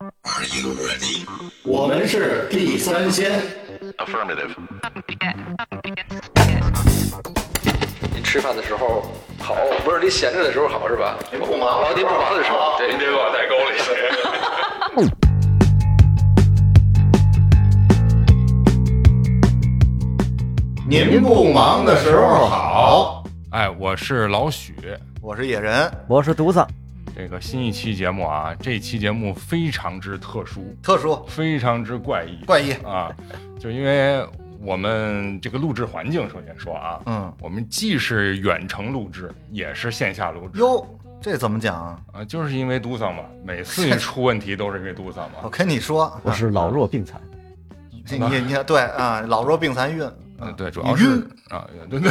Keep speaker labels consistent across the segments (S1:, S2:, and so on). S1: Are you ready?
S2: 我们是地三鲜。
S3: Affirmative.
S4: 您吃饭的时候好，不是您闲着的时候好是吧？您不忙哦，您不忙的时候，对，您别给我带沟里去。
S2: 您不忙的时候好，
S3: 哎，我是老许。
S5: 我是野人，
S6: 我是犊子，
S3: 啊这个新一期节目啊，这期节目非常之特殊，
S5: 特殊
S3: 非常之怪异，
S5: 怪异。
S3: 啊，就因为我们这个录制环境，首先说啊，
S5: 嗯，
S3: 我们既是远程录制，也是线下录制。
S5: 哟，这怎么讲啊？
S3: 啊，就是因为嘟桑嘛，每次一出问题都是因为嘟桑
S5: 我
S3: 嘛。
S5: 跟你说，
S6: 我是老弱病残，
S3: 啊
S5: 你你你对啊，老弱病残孕，
S3: 嗯，
S5: 嗯
S3: 对，主要
S5: 你
S3: 是
S5: 晕
S3: 啊，对对，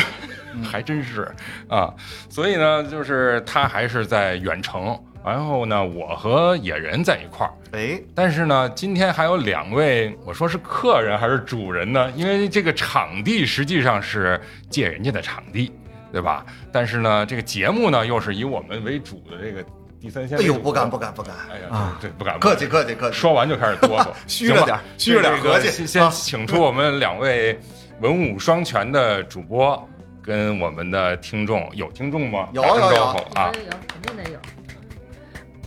S3: 还真是啊，所以呢，就是他还是在远程，然后呢，我和野人在一块儿，
S5: 哎，
S3: 但是呢，今天还有两位，我说是客人还是主人呢？因为这个场地实际上是借人家的场地，对吧？但是呢，这个节目呢又是以我们为主的这个第三线。
S5: 哎呦，不敢不，敢不敢
S3: 哎呀，
S5: 啊！
S3: 对，对不敢，
S5: 客气客气客气，
S3: 说完就开始哆嗦，
S5: 虚着
S3: 行
S5: 点
S3: 吧
S5: 虚着点
S3: 这个
S5: 合计
S3: 先
S5: 啊
S3: 先请出我们两位文武双全的主播，跟我们的听众，有听众吗？
S5: 有
S3: 打声
S5: 有有
S3: 招呼啊！
S7: 有，肯定得有。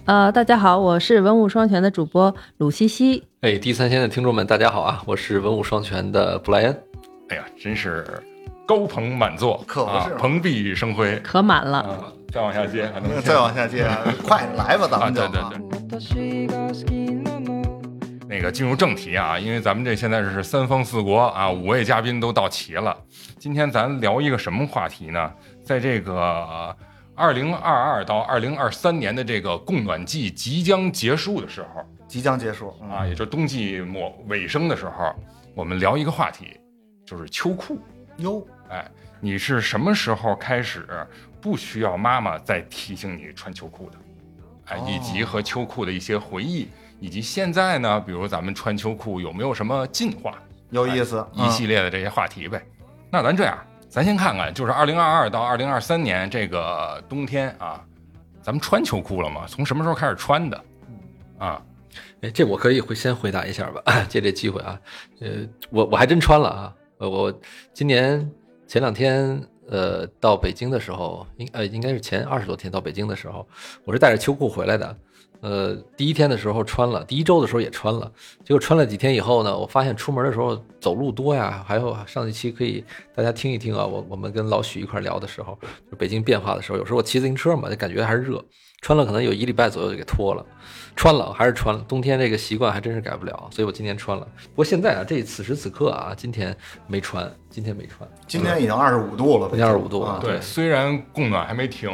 S7: 呃，大家好，我是文武双全的主播鲁西西。
S4: 哎，地三鲜的听众们，大家好啊，我是文武双全的布莱恩。
S3: 哎呀，真是高朋满座，
S5: 可不
S3: 啊
S5: 是嘛
S3: 蓬荜生辉。
S7: 可满了，
S3: 啊，再往下接，还 能
S5: 再往下接，啊快来吧，咱
S3: 啊，
S5: 们就
S3: 对对对，那个进入正题啊，因为咱们这现在是三方四国啊，五位嘉宾都到齐了。今天咱聊一个什么话题呢？在这个二零二二到二零二三年的这个供暖季即将结束的时候
S5: 即将结束嗯
S3: 啊，也就是冬季末尾声的时候，我们聊一个话题，就是秋裤。
S5: 哟，
S3: 哎，你是什么时候开始不需要妈妈再提醒你穿秋裤的？哎，
S5: 哦
S3: 以及和秋裤的一些回忆，以及现在呢，比如咱们穿秋裤有没有什么进化？
S5: 有意思，
S3: 哎
S5: 啊
S3: 一系列的这些话题呗。那咱这样，咱先看看，就是二零二二到二零二三年这个冬天啊，咱们穿秋裤了吗？从什么时候开始穿的？啊，
S4: 哎，这我可以回先回答一下吧， 借这机会啊，呃，我我还真穿了啊，呃，我今年前两天呃到北京的时候，应呃应该是前二十多天到北京的时候，我是带着秋裤回来的，呃，第一天的时候穿了，第一周的时候也穿了，结果穿了几天以后呢，我发现出门的时候走路多呀，还有上一期可以大家听一听啊，我我们跟老许一块聊的时候，就北京变化的时候，有时候我骑自行车嘛，就感觉还是热，穿了可能有一礼拜左右就给脱了。穿了还是穿了，冬天这个习惯还真是改不了，所以我今天穿了。不过现在啊，这此时此刻啊，今天没穿，今天没 穿，
S5: 今天已经二十五度了，
S4: 今天25度
S5: 啊
S4: 啊
S3: 对，虽然供暖还没停，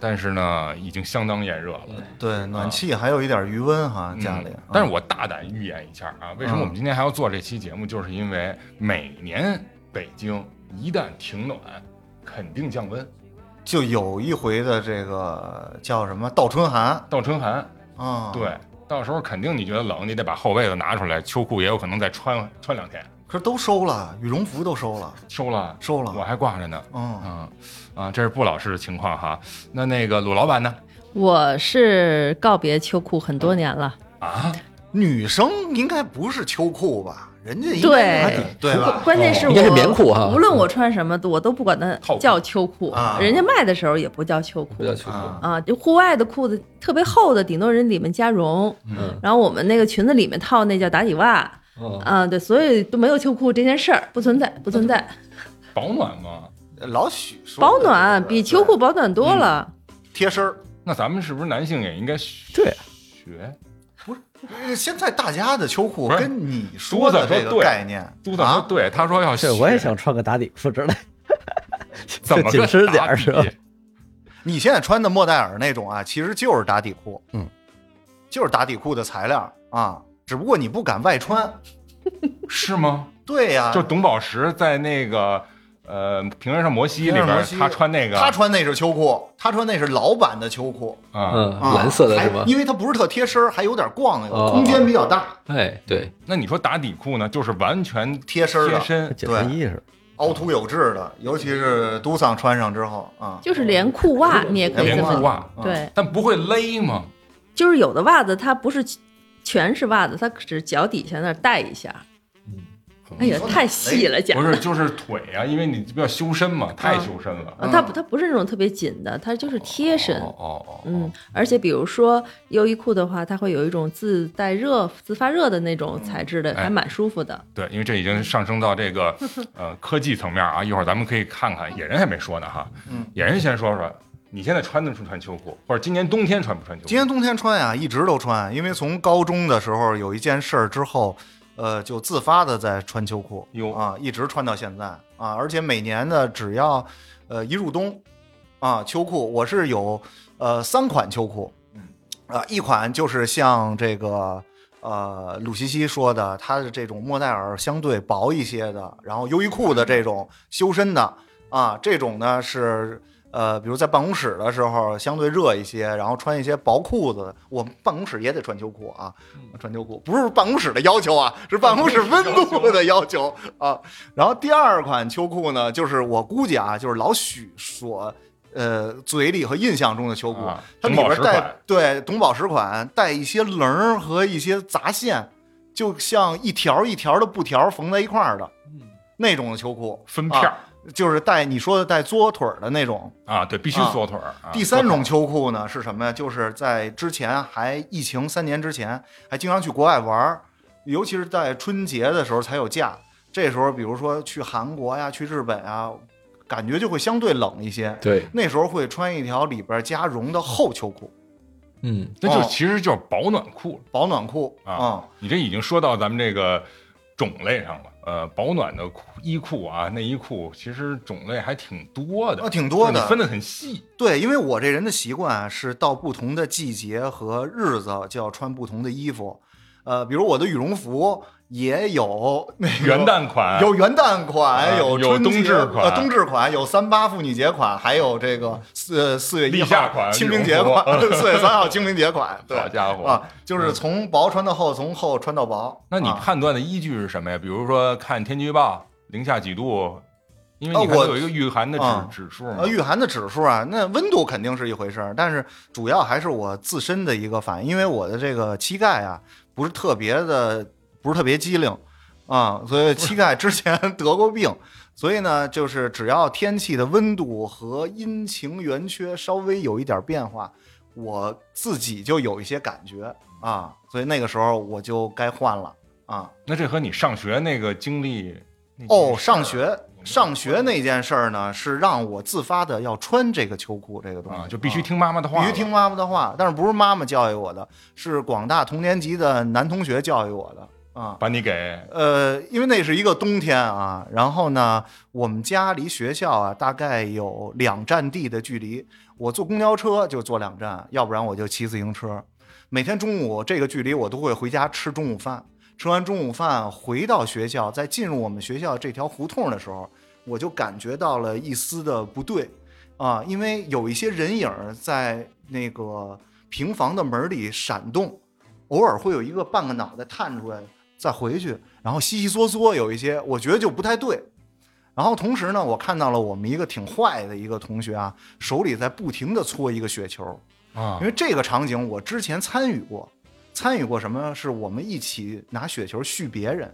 S3: 但是呢，已经相当炎热了。
S5: 对，暖气还有一点余温哈，家里
S3: 啊嗯。
S5: 啊嗯
S3: 但是我大胆预言一下啊，为什么我们今天还要做这期节目，就是因为每年北京一旦停暖，肯定降温，
S5: 就有一回的这个叫什么倒春寒
S3: 到春寒。
S5: 啊，
S3: 对，，到时候肯定你觉得冷，你得把厚被子拿出来，秋裤也有可能再穿穿两天，
S5: 可是都收了，羽绒服都收了，
S3: 收了，
S5: 收了
S3: 我还挂着呢。
S5: 嗯，
S3: 嗯啊，这是布老师的情况哈。那那个鲁老板呢？
S7: 我是告别秋裤很多年了。
S3: 啊，
S5: 女生应该不是秋裤吧？人家应该
S7: 对
S5: 对 吧？
S7: 关键是
S4: 哦
S7: 我
S4: 应该是棉裤哈
S7: 无论我穿什么，我都不管它
S3: 套裤
S7: 叫秋裤
S5: 啊，
S7: 人家卖的时候也不叫秋裤
S4: 不叫秋裤。
S5: 啊
S7: 啊。就户外的裤子特别厚的，顶多人里面加绒，
S4: 嗯
S7: 然后我们那个裙子里面套那叫打底袜
S4: 嗯，
S7: 啊。对，所以都没有秋裤这件事儿，不存在，不存在。
S3: 保暖嘛。
S5: 老许说的
S7: 保
S5: 这
S7: 暖
S5: 个呃
S7: 比秋裤保暖多了。
S5: 对贴身儿。
S3: 那咱们是不是男性也应该学？
S6: 对啊
S3: 学？
S5: 呃现在大家的秋裤
S3: 不是
S5: 跟你说的这个概念，
S3: 嘟子说
S5: 啊，
S3: 对，他说要学
S6: 这，我也想穿个打底裤之类，
S3: 怎么
S6: 就
S3: 个
S6: 紧身点
S3: 打
S6: 儿是吧
S3: 底
S5: 你现在穿的莫代尔那种啊，其实就是打底裤，
S6: 嗯，
S5: 就是打底裤的材料啊，只不过你不敢外穿。
S3: 是吗？
S5: 对呀、
S3: 就董宝石在那个呃《平原上摩西》里
S5: 平原上摩
S3: 边，
S5: 西
S3: 他穿那个，
S5: 他穿那是秋裤，他穿那是老版的秋裤，
S3: 啊，
S4: 嗯，
S5: 啊
S4: 蓝色的是
S5: 还
S4: 吧？
S5: 因为它不是特贴身儿，还有点逛悠，
S4: 哦
S5: 空间比较大，
S4: 哎，对，
S3: 那你说打底裤呢，就是完全
S5: 贴身儿
S3: 贴
S5: 的，
S3: 身，
S6: 紧身衣似的。
S5: 凹凸有致的，尤其是都桑穿上之后啊，
S7: 就是连裤
S5: 嗯
S7: 袜，你也可以
S3: 连
S7: 这
S3: 裤
S7: 么
S3: 袜，
S5: 啊
S7: 对，
S3: 但不会勒吗？
S7: 就是有的袜子它不是全是袜子，它只脚底下那儿带一下。哎
S5: 嗯
S7: 呀，太细了，讲
S3: 不是，就是腿啊，因为你要修身嘛，太修身了。
S7: 啊，它
S5: 嗯
S7: 不，它不是那种特别紧的，它就是贴身。
S3: 哦哦哦，
S7: 嗯，而且比如说优衣库的话，它会有一种自带热、自发热的那种
S5: 嗯
S7: 材质的，
S3: 哎
S7: 还蛮舒服的。
S3: 对，因为这已经上升到这个呃科技层面啊，一会儿咱们可以看看野人还没说呢哈，
S5: 嗯，
S3: 野人先说说，你现在穿的不穿秋裤，或者今年冬天穿不穿秋裤？
S5: 今年冬天穿啊呀，一直都穿，因为从高中的时候有一件事儿之后，呃，就自发的在穿秋裤
S3: 哟
S5: 啊，一直穿到现在啊，而且每年呢，只要呃一入冬啊，秋裤我是有呃三款秋裤，嗯，啊，一款就是像这个。呃，鲁西西说的，它的这种莫代尔相对薄一些的，然后优衣库的这种修身的啊，这种呢是呃，比如在办公室的时候相对热一些，然后穿一些薄裤子。我们办公室也得穿秋裤啊，
S3: 嗯
S5: 穿秋裤不是办公室的要求啊，是办公室温度的要求啊。然后第二款秋裤呢，就是我估计啊，就是老许所呃嘴里和印象中的秋裤，
S3: 啊
S5: 它里
S3: 董宝
S5: 边
S3: 石
S5: 带
S3: 款
S5: 对董宝石款，带一些棱儿和一些杂线，就像一条一条的布条缝在一块儿的，
S4: 嗯
S5: 那种的秋裤，
S3: 分片儿
S5: 啊就是带你说的带作腿儿的那种。
S3: 啊，对，必须
S5: 啊
S3: 缩腿儿。啊
S5: 第三种秋裤呢是什么呀？就是在之前还疫情三年之前，还经常去国外玩儿，尤其是在春节的时候才有假。这时候，比如说去韩国呀、去日本啊，感觉就会相对冷一些。
S4: 对，
S5: 那时候会穿一条里边加绒的厚秋裤，
S4: 嗯，
S3: 那就
S5: 哦
S3: 其实就是保暖裤了
S5: 保暖裤
S3: 啊
S5: 嗯。
S3: 你这已经说到咱们这个种类上了。呃，保暖的裤衣裤啊，内衣裤其实种类还挺多的，
S5: 啊挺多的
S3: 就是你分得很细。
S5: 对，因为我这人的习惯啊是到不同的季节和日子就要穿不同的衣服，呃，比如我的羽绒服也有那个
S3: 元旦款
S5: 有元旦
S3: 啊
S5: 款，有
S3: 有
S5: 春
S3: 冬
S5: 节
S3: 至款
S5: 呃，冬至款有三八妇女节款，还有这个四呃四月一
S3: 立夏
S5: 号
S3: 款
S5: 清明节款， 四月三号清明节款，对
S3: 好家伙
S5: 啊，就是从薄穿到厚，从厚穿到薄。
S3: 那你
S5: 啊
S3: 判断的依据是什么呀？比如说看天气预报，零下几度，因为
S5: 啊
S3: 你看
S5: 我
S3: 有一个御寒的指、
S5: 啊
S3: 指数嘛
S5: 呃，。御寒的指数啊，那温度肯定是一回事儿，但是主要还是我自身的一个反应，因为我的这个膝盖啊，不是特别的，不是特别机灵啊、所以膝盖之前 得过病，所以呢，就是只要天气的温度和阴晴圆缺稍微有一点变化，我自己就有一些感觉啊，所以那个时候我就该换了啊。
S3: 那这和你上学那个经历那件
S5: 哦，
S3: 事
S5: 上
S3: 儿
S5: 学
S3: 有没有
S5: 上学那件事儿呢，是让我自发的要穿这个秋裤这个东西
S3: 啊，就必须听妈妈的话
S5: 必
S3: 了，
S5: 须听妈妈的话，但是不是妈妈教育我的，是广大同年级的男同学教育我的啊。
S3: 把你给
S5: 呃，因为那是一个冬天啊，然后呢，我们家离学校啊大概有两站地的距离，我坐公交车就坐两站，要不然我就骑自行车。每天中午这个距离我都会回家吃中午饭，吃完中午饭回到学校，在进入我们学校这条胡同的时候，我就感觉到了一丝的不对啊，因为有一些人影儿在那个平房的门儿里闪动，偶尔会有一个半个脑袋探出来再回去，然后悉悉嗦嗦有一些，我觉得就不太对。然后同时呢，我看到了我们一个挺坏的一个同学啊，手里在不停地搓一个雪球，
S3: 啊
S5: 因为这个场景我之前参与过，参与过什么呢？是我们一起拿雪球续别人，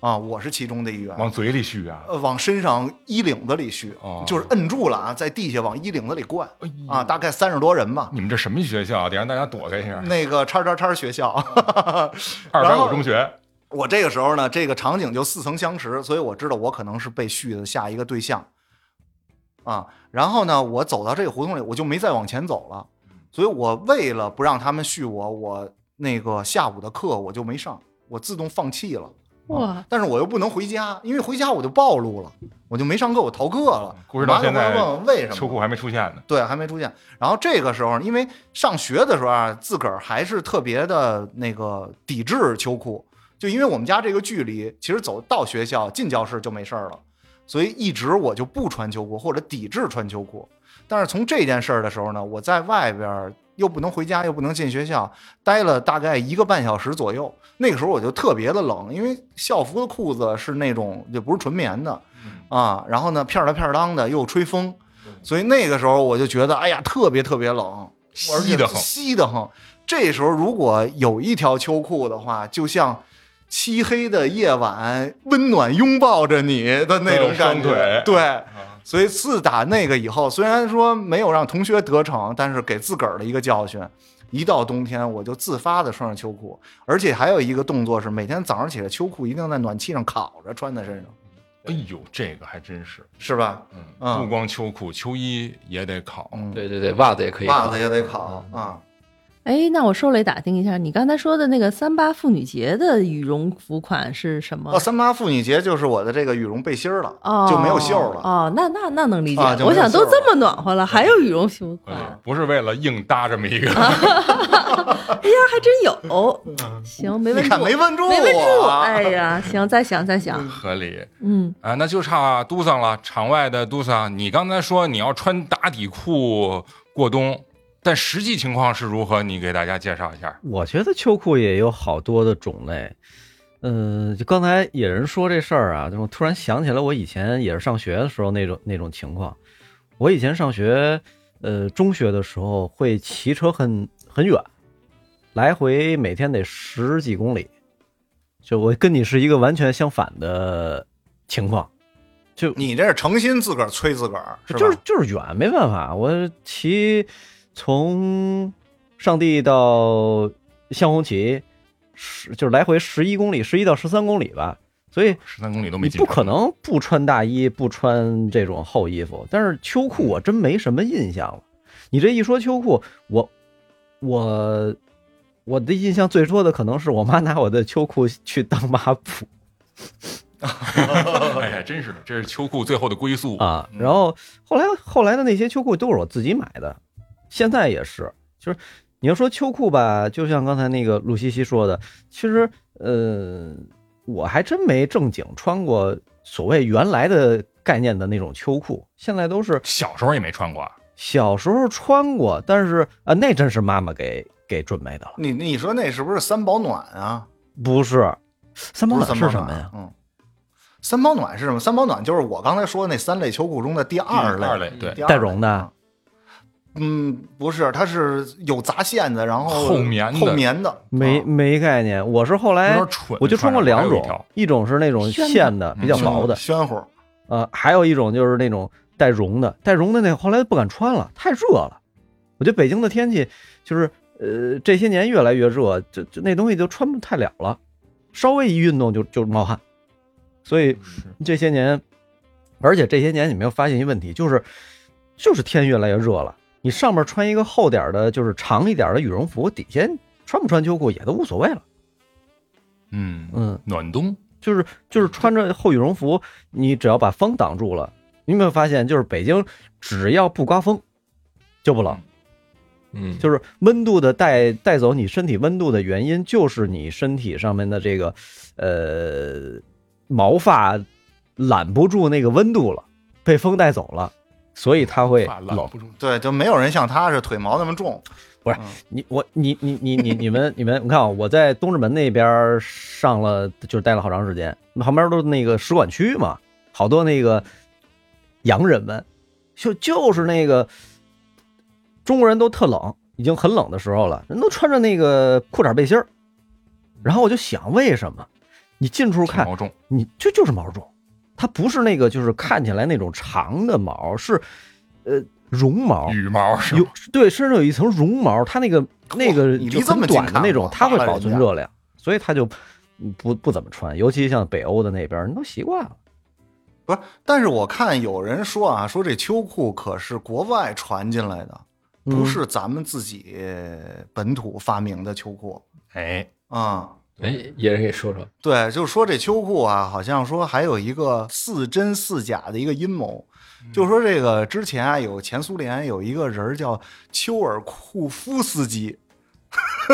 S5: 啊，我是其中的一员。
S3: 往嘴里续啊，
S5: 呃，往身上衣领子里续，
S3: 哦
S5: 就是摁住了啊，在地下往衣领子里灌
S3: 哎
S5: 啊，大概三十多人吧。
S3: 你们这什么学校啊？得让大家躲开一下。
S5: 那个叉叉叉学校，
S3: 二
S5: 嗯
S3: 百
S5: 然
S3: 五
S5: 后
S3: 中学，
S5: 我这个时候呢，这个场景就似曾相识，所以我知道我可能是被续的下一个对象啊。然后呢，我走到这个胡同里，我就没再往前走了。
S3: 嗯
S5: 所以我为了不让他们续我，我那个下午的课我就没上，我自动放弃了。
S7: 哇，
S5: 但是我又不能回家，因为回家我就暴露了，我就没上课，我逃课了。
S3: 嗯故事
S5: 我
S3: 到
S5: 妈就
S3: 现在
S5: 会问我为什么
S3: 秋裤还没出现呢。
S5: 对，还没出现。然后这个时候，因为上学的时候啊，自个儿还是特别的那个抵制秋裤，就因为我们家这个距离，其实走到学校进教室就没事儿了，所以一直我就不穿秋裤或者抵制穿秋裤。但是从这件事儿的时候呢，我在外边儿又不能回家，又不能进学校，待了大概一个半小时左右。那个时候我就特别的冷，因为校服的裤子是那种就不是纯棉的啊，然后呢片儿来片儿当的，又吹风。所以那个时候我就觉得，哎呀，特别特别冷，
S3: 吸得很
S5: 吸得很。这时候如果有一条秋裤的话，就像漆黑的夜晚温暖拥抱着你的那种感
S3: 双腿
S5: 觉。对，所以自打那个以后，虽然说没有让同学得逞，但是给自个儿的一个教训。一到冬天，我就自发的穿上秋裤，而且还有一个动作是，每天早上起来秋裤一定要在暖气上烤着穿在身上，
S3: 哎呦，这个还真是，
S5: 是吧？
S3: 嗯，
S5: 嗯
S3: 不光秋裤，秋衣也得烤。
S5: 嗯，
S4: 对对对，袜子也可以。
S5: 袜子也得烤啊。
S7: 哎，那我受累打听一下，你刚才说的那个三八妇女节的羽绒服款是什么
S5: 哦，？三八妇女节就是我的这个羽绒背心儿了，
S7: 哦，
S5: 就没有袖儿了。
S7: 哦，那那那能理解。
S5: 啊就没有
S7: 我想
S5: 袖儿
S7: 都
S5: 了
S7: 这么暖和了，还有羽绒服
S3: 哎
S7: 款，
S3: 不是为了硬搭这么一个，
S5: 啊
S7: 哎呀，还真有。行，没问
S5: 嗯你
S7: 住，
S5: 看没问住
S7: 没问住。
S5: 我啊
S7: 哎呀，行，再想再想。
S3: 合理
S7: 嗯，
S3: 啊，那就差嘟桑了。场外的嘟桑，你刚才说你要穿打底裤过冬，但实际情况是如何？你给大家介绍一下。
S6: 我觉得秋裤也有好多的种类。嗯、就刚才野人说这事儿啊，就我突然想起来，我以前也是上学的时候那种那种情况。我以前上学，呃，中学的时候会骑车很很远，来回每天得十几公里。就我跟你是一个完全相反的情况，就
S5: 你这是诚心自个儿催自个儿，是吧？
S6: 就是就是远，没办法，我骑从上地到向红旗，十就是来回十一公里，十一到十三公里吧，所以
S3: 十三公里都没
S6: 你
S3: 进，
S6: 不可。能不穿大衣，不穿这种厚衣服。但是秋裤我真没什么印象了。你这一说秋裤，我我我的印象最多的可能是我妈拿我的秋裤去当抹布。
S3: 哎呀，真是的，这是秋裤最后的归宿！
S6: 啊。然后后来后来的那些秋裤都是我自己买的，现在也是，就是你要说秋裤吧，就像刚才那个陆西西说的，其实呃，我还真没正经穿过所谓原来的概念的那种秋裤，现在都是
S3: 小时候也没穿过啊，
S6: 小时候穿过，但是啊、那真是妈妈给给准备的了，
S5: 你你说那是不是三保暖啊？
S6: 不是。三毛
S5: 不是三
S6: 暖是
S5: 保
S6: 什
S5: 暖
S6: 么呀？？
S5: 嗯，三保暖是什么？三保暖就是我刚才说的那三类秋裤中的第二类。
S3: 二类对，
S5: 第二
S6: 带绒的，
S5: 嗯，不是，它是有杂线的，然后
S3: 厚棉的
S5: 厚棉的，
S6: 没
S5: 啊
S6: 没概念。我是后
S3: 有
S6: 来
S3: 点蠢。
S6: 哎我就穿过
S3: 着
S6: 两
S3: 还有一
S6: 种
S3: 条，，
S6: 一种是那种
S7: 宣的
S6: 线的，比较
S3: 嗯
S6: 薄的，
S5: 暄乎。
S6: 呃，还有一种就是那种带绒的，带绒的那个后来不敢穿了，太热了。我觉得北京的天气就是，呃，这些年越来越热，这这那东西就穿不太了了，稍微一运动就就冒汗。所以这些年，而且这些年你没有发现一问题，就是就是天越来越热了，你上面穿一个厚点儿的，就是长一点儿的羽绒服，底下穿不穿秋裤也都无所谓了。
S3: 嗯，
S6: 嗯，
S3: 暖冬
S6: 就是就是穿着厚羽绒服，你只要把风挡住了，你有没有发现，就是北京只要不刮风就不冷，
S4: 嗯，
S6: 就是温度的带带走你身体温度的原因，就是你身体上面的这个呃毛发揽不住那个温度了，被风带走了，所以它会
S3: 发冷
S6: 冷。
S3: 不中
S5: 对，就没有人像他是腿毛那么重。
S6: 你我你你你你你们你们，你看啊，我在东直门那边上了，就是待了好长时间，旁边都是那个使馆区嘛，好多那个洋人们，就就是那个中国人都特冷，已经很冷的时候了，人都穿着那个裤衩背心儿，然后我就想为什么？你近处看，
S3: 毛重，
S6: 你这就是毛绒，它不是那个就是看起来那种长的毛，是呃绒毛，
S3: 羽毛是
S6: 有
S3: 吧
S6: 对身上有一层绒毛，它那个那个
S5: 你
S6: 就
S5: 离这
S6: 很
S5: 么近
S6: 短的
S5: 看
S6: 那种
S5: 我，
S6: 它会
S5: 扒拉
S6: 保
S5: 人
S6: 存
S5: 家
S6: 热量，所以它就不不怎么穿，尤其像北欧的那边，人都习惯了。
S5: 不是，但是我看有人说啊，说这秋裤可是国外传进来的，不
S6: 嗯
S5: 是咱们自己本土发明的秋裤
S3: 哎，
S5: 啊、
S4: 哎，野人给说说，
S5: 对，就是说这秋裤啊，好像说还有一个似真似假的一个阴谋，就是说这个之前啊，有前苏联有一个人儿叫丘尔库夫斯基，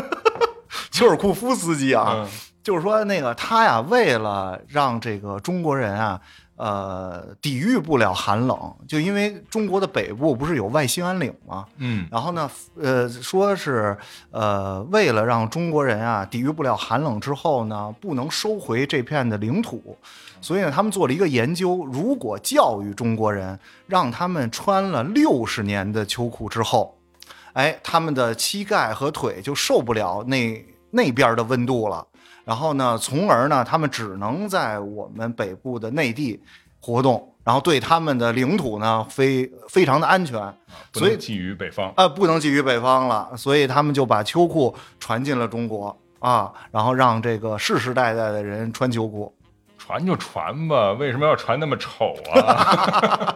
S5: 丘尔库夫斯基啊，
S3: 嗯
S5: 就是说那个他呀，为了让这个中国人啊，呃，抵御不了寒冷，就因为中国的北部不是有外兴安岭吗？
S3: 嗯，
S5: 然后呢，呃，说是呃，为了让中国人啊抵御不了寒冷之后呢，不能收回这片的领土，所以呢，他们做了一个研究，如果教育中国人，让他们穿了六十年的秋裤之后，哎，他们的膝盖和腿就受不了那那边的温度了，然后呢，从而呢，他们只能在我们北部的内地活动，然后对他们的领土呢非非常的安全，
S3: 不
S5: 所以
S3: 能寄于北方。
S5: 啊，不能寄于北方了，所以他们就把秋裤传进了中国啊，然后让这个世世代代的人穿秋裤。
S3: 传就传吧，为什么要传那么丑啊？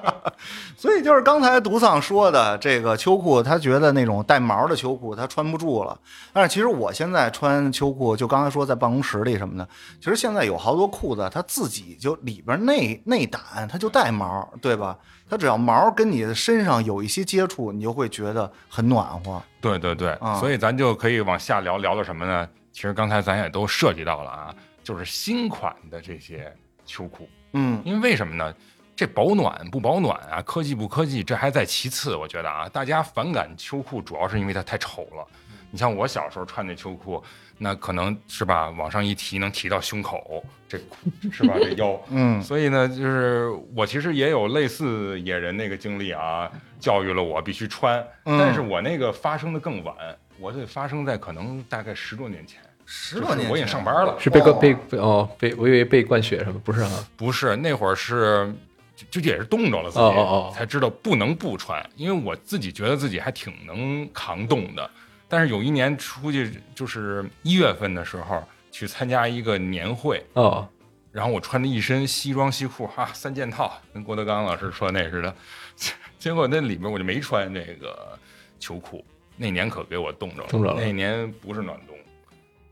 S5: 所以就是刚才独丧说的这个秋裤，他觉得那种带毛的秋裤他穿不住了。但是其实我现在穿秋裤，就刚才说在办公室里什么的，其实现在有好多裤子，它自己就里边内内胆它就带毛，对吧？它只要毛跟你的身上有一些接触，你就会觉得很暖和。
S3: 对对对，
S5: 嗯
S3: 所以咱就可以往下聊聊到什么呢？其实刚才咱也都涉及到了啊，就是新款的这些秋裤，
S5: 嗯
S3: 因为为什么呢？这保暖不保暖啊，科技不科技，这还在其次。我觉得啊，大家反感秋裤，主要是因为它太丑了。你像我小时候穿那秋裤，那可能是吧，往上一提能提到胸口，这裤是吧？这腰，
S5: 嗯
S3: 所以呢，就是我其实也有类似野人那个经历啊，教育了我必须穿，
S5: 嗯
S3: 但是我那个发生的更晚，我这发生在可能大概十多年前，
S5: 十
S3: 十我已经上班了，
S4: 是被
S5: 哦
S4: 灌被被哦被我以为被灌血什么，不是啊？
S3: 不是那会儿是就就也是冻着了自己，
S4: 哦哦哦
S3: 才知道不能不穿，因为我自己觉得自己还挺能扛冻的。但是有一年出去，就是一月份的时候去参加一个年会，
S4: 哦，
S3: 然后我穿着一身西装西裤哈、三件套，跟郭德纲老师说那似的。 结果那里面我就没穿这个秋裤，那年可给我冻着了。
S4: 冻着了
S3: 那年不是暖冬，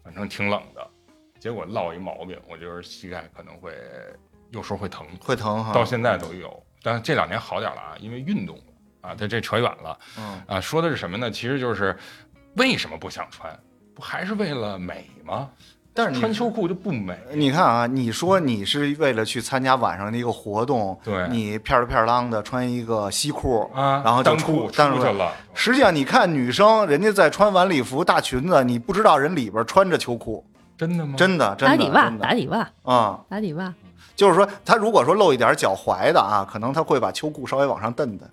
S3: 反正挺冷的。结果落一毛病，我就是膝盖可能会有时候会疼，
S5: 会疼哈。
S3: 到现在都有。但这两年好点了啊，因为运动了啊。这这扯远了
S5: 嗯
S3: 啊，说的是什么呢？其实就是为什么不想穿，不还是为了美吗？
S5: 但是
S3: 穿
S5: 你
S3: 秋裤就不美。
S5: 你看啊，你说你是为了去参加晚上的一个活动，
S3: 对
S5: 你片儿片儿啷的穿一个西裤，
S3: 啊，
S5: 然后就
S3: 当
S5: 出
S3: 裤
S5: 当
S3: 出去了，
S5: 实际上，你看女生，人家在穿晚礼服、大裙子，你不知道人里边穿着秋裤，
S3: 真的吗？
S5: 真的，真
S7: 打
S5: 的，
S7: 底袜，
S5: 真的
S7: 打底袜，
S5: 啊、
S7: 打底袜，
S5: 就是说，她如果说露一点脚踝的啊，可能她会把秋裤稍微往上蹬 蹬，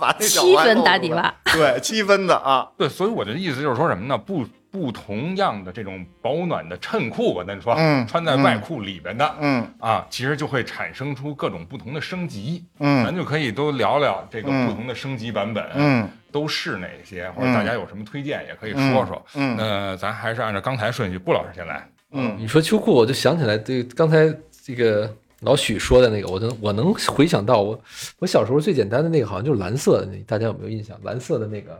S5: 把那脚踝
S7: 七分
S5: 露出
S7: 打
S5: 来
S7: 底，袜，
S5: 对，七分的啊，
S3: 对，所以我的意思就是说什么呢？不不同样的这种保暖的衬裤吧，咱说，
S5: 嗯
S3: 穿在外裤里边的、
S5: 嗯
S3: 啊，其实就会产生出各种不同的升级。咱
S5: 嗯
S3: 就可以都聊聊这个
S5: 嗯
S3: 不同的升级版本，
S5: 嗯
S3: 都是哪些，或
S5: 嗯
S3: 者大家有什么推荐也可以说说。
S5: 嗯嗯
S3: 那呃咱还是按照刚才顺序，布老师先来。
S5: 嗯
S4: 你说秋裤，我就想起来，对刚才这个老许说的那个，我能我能回想到我我小时候最简单的那个，好像就是蓝色的，那大家有没有印象？蓝色的那个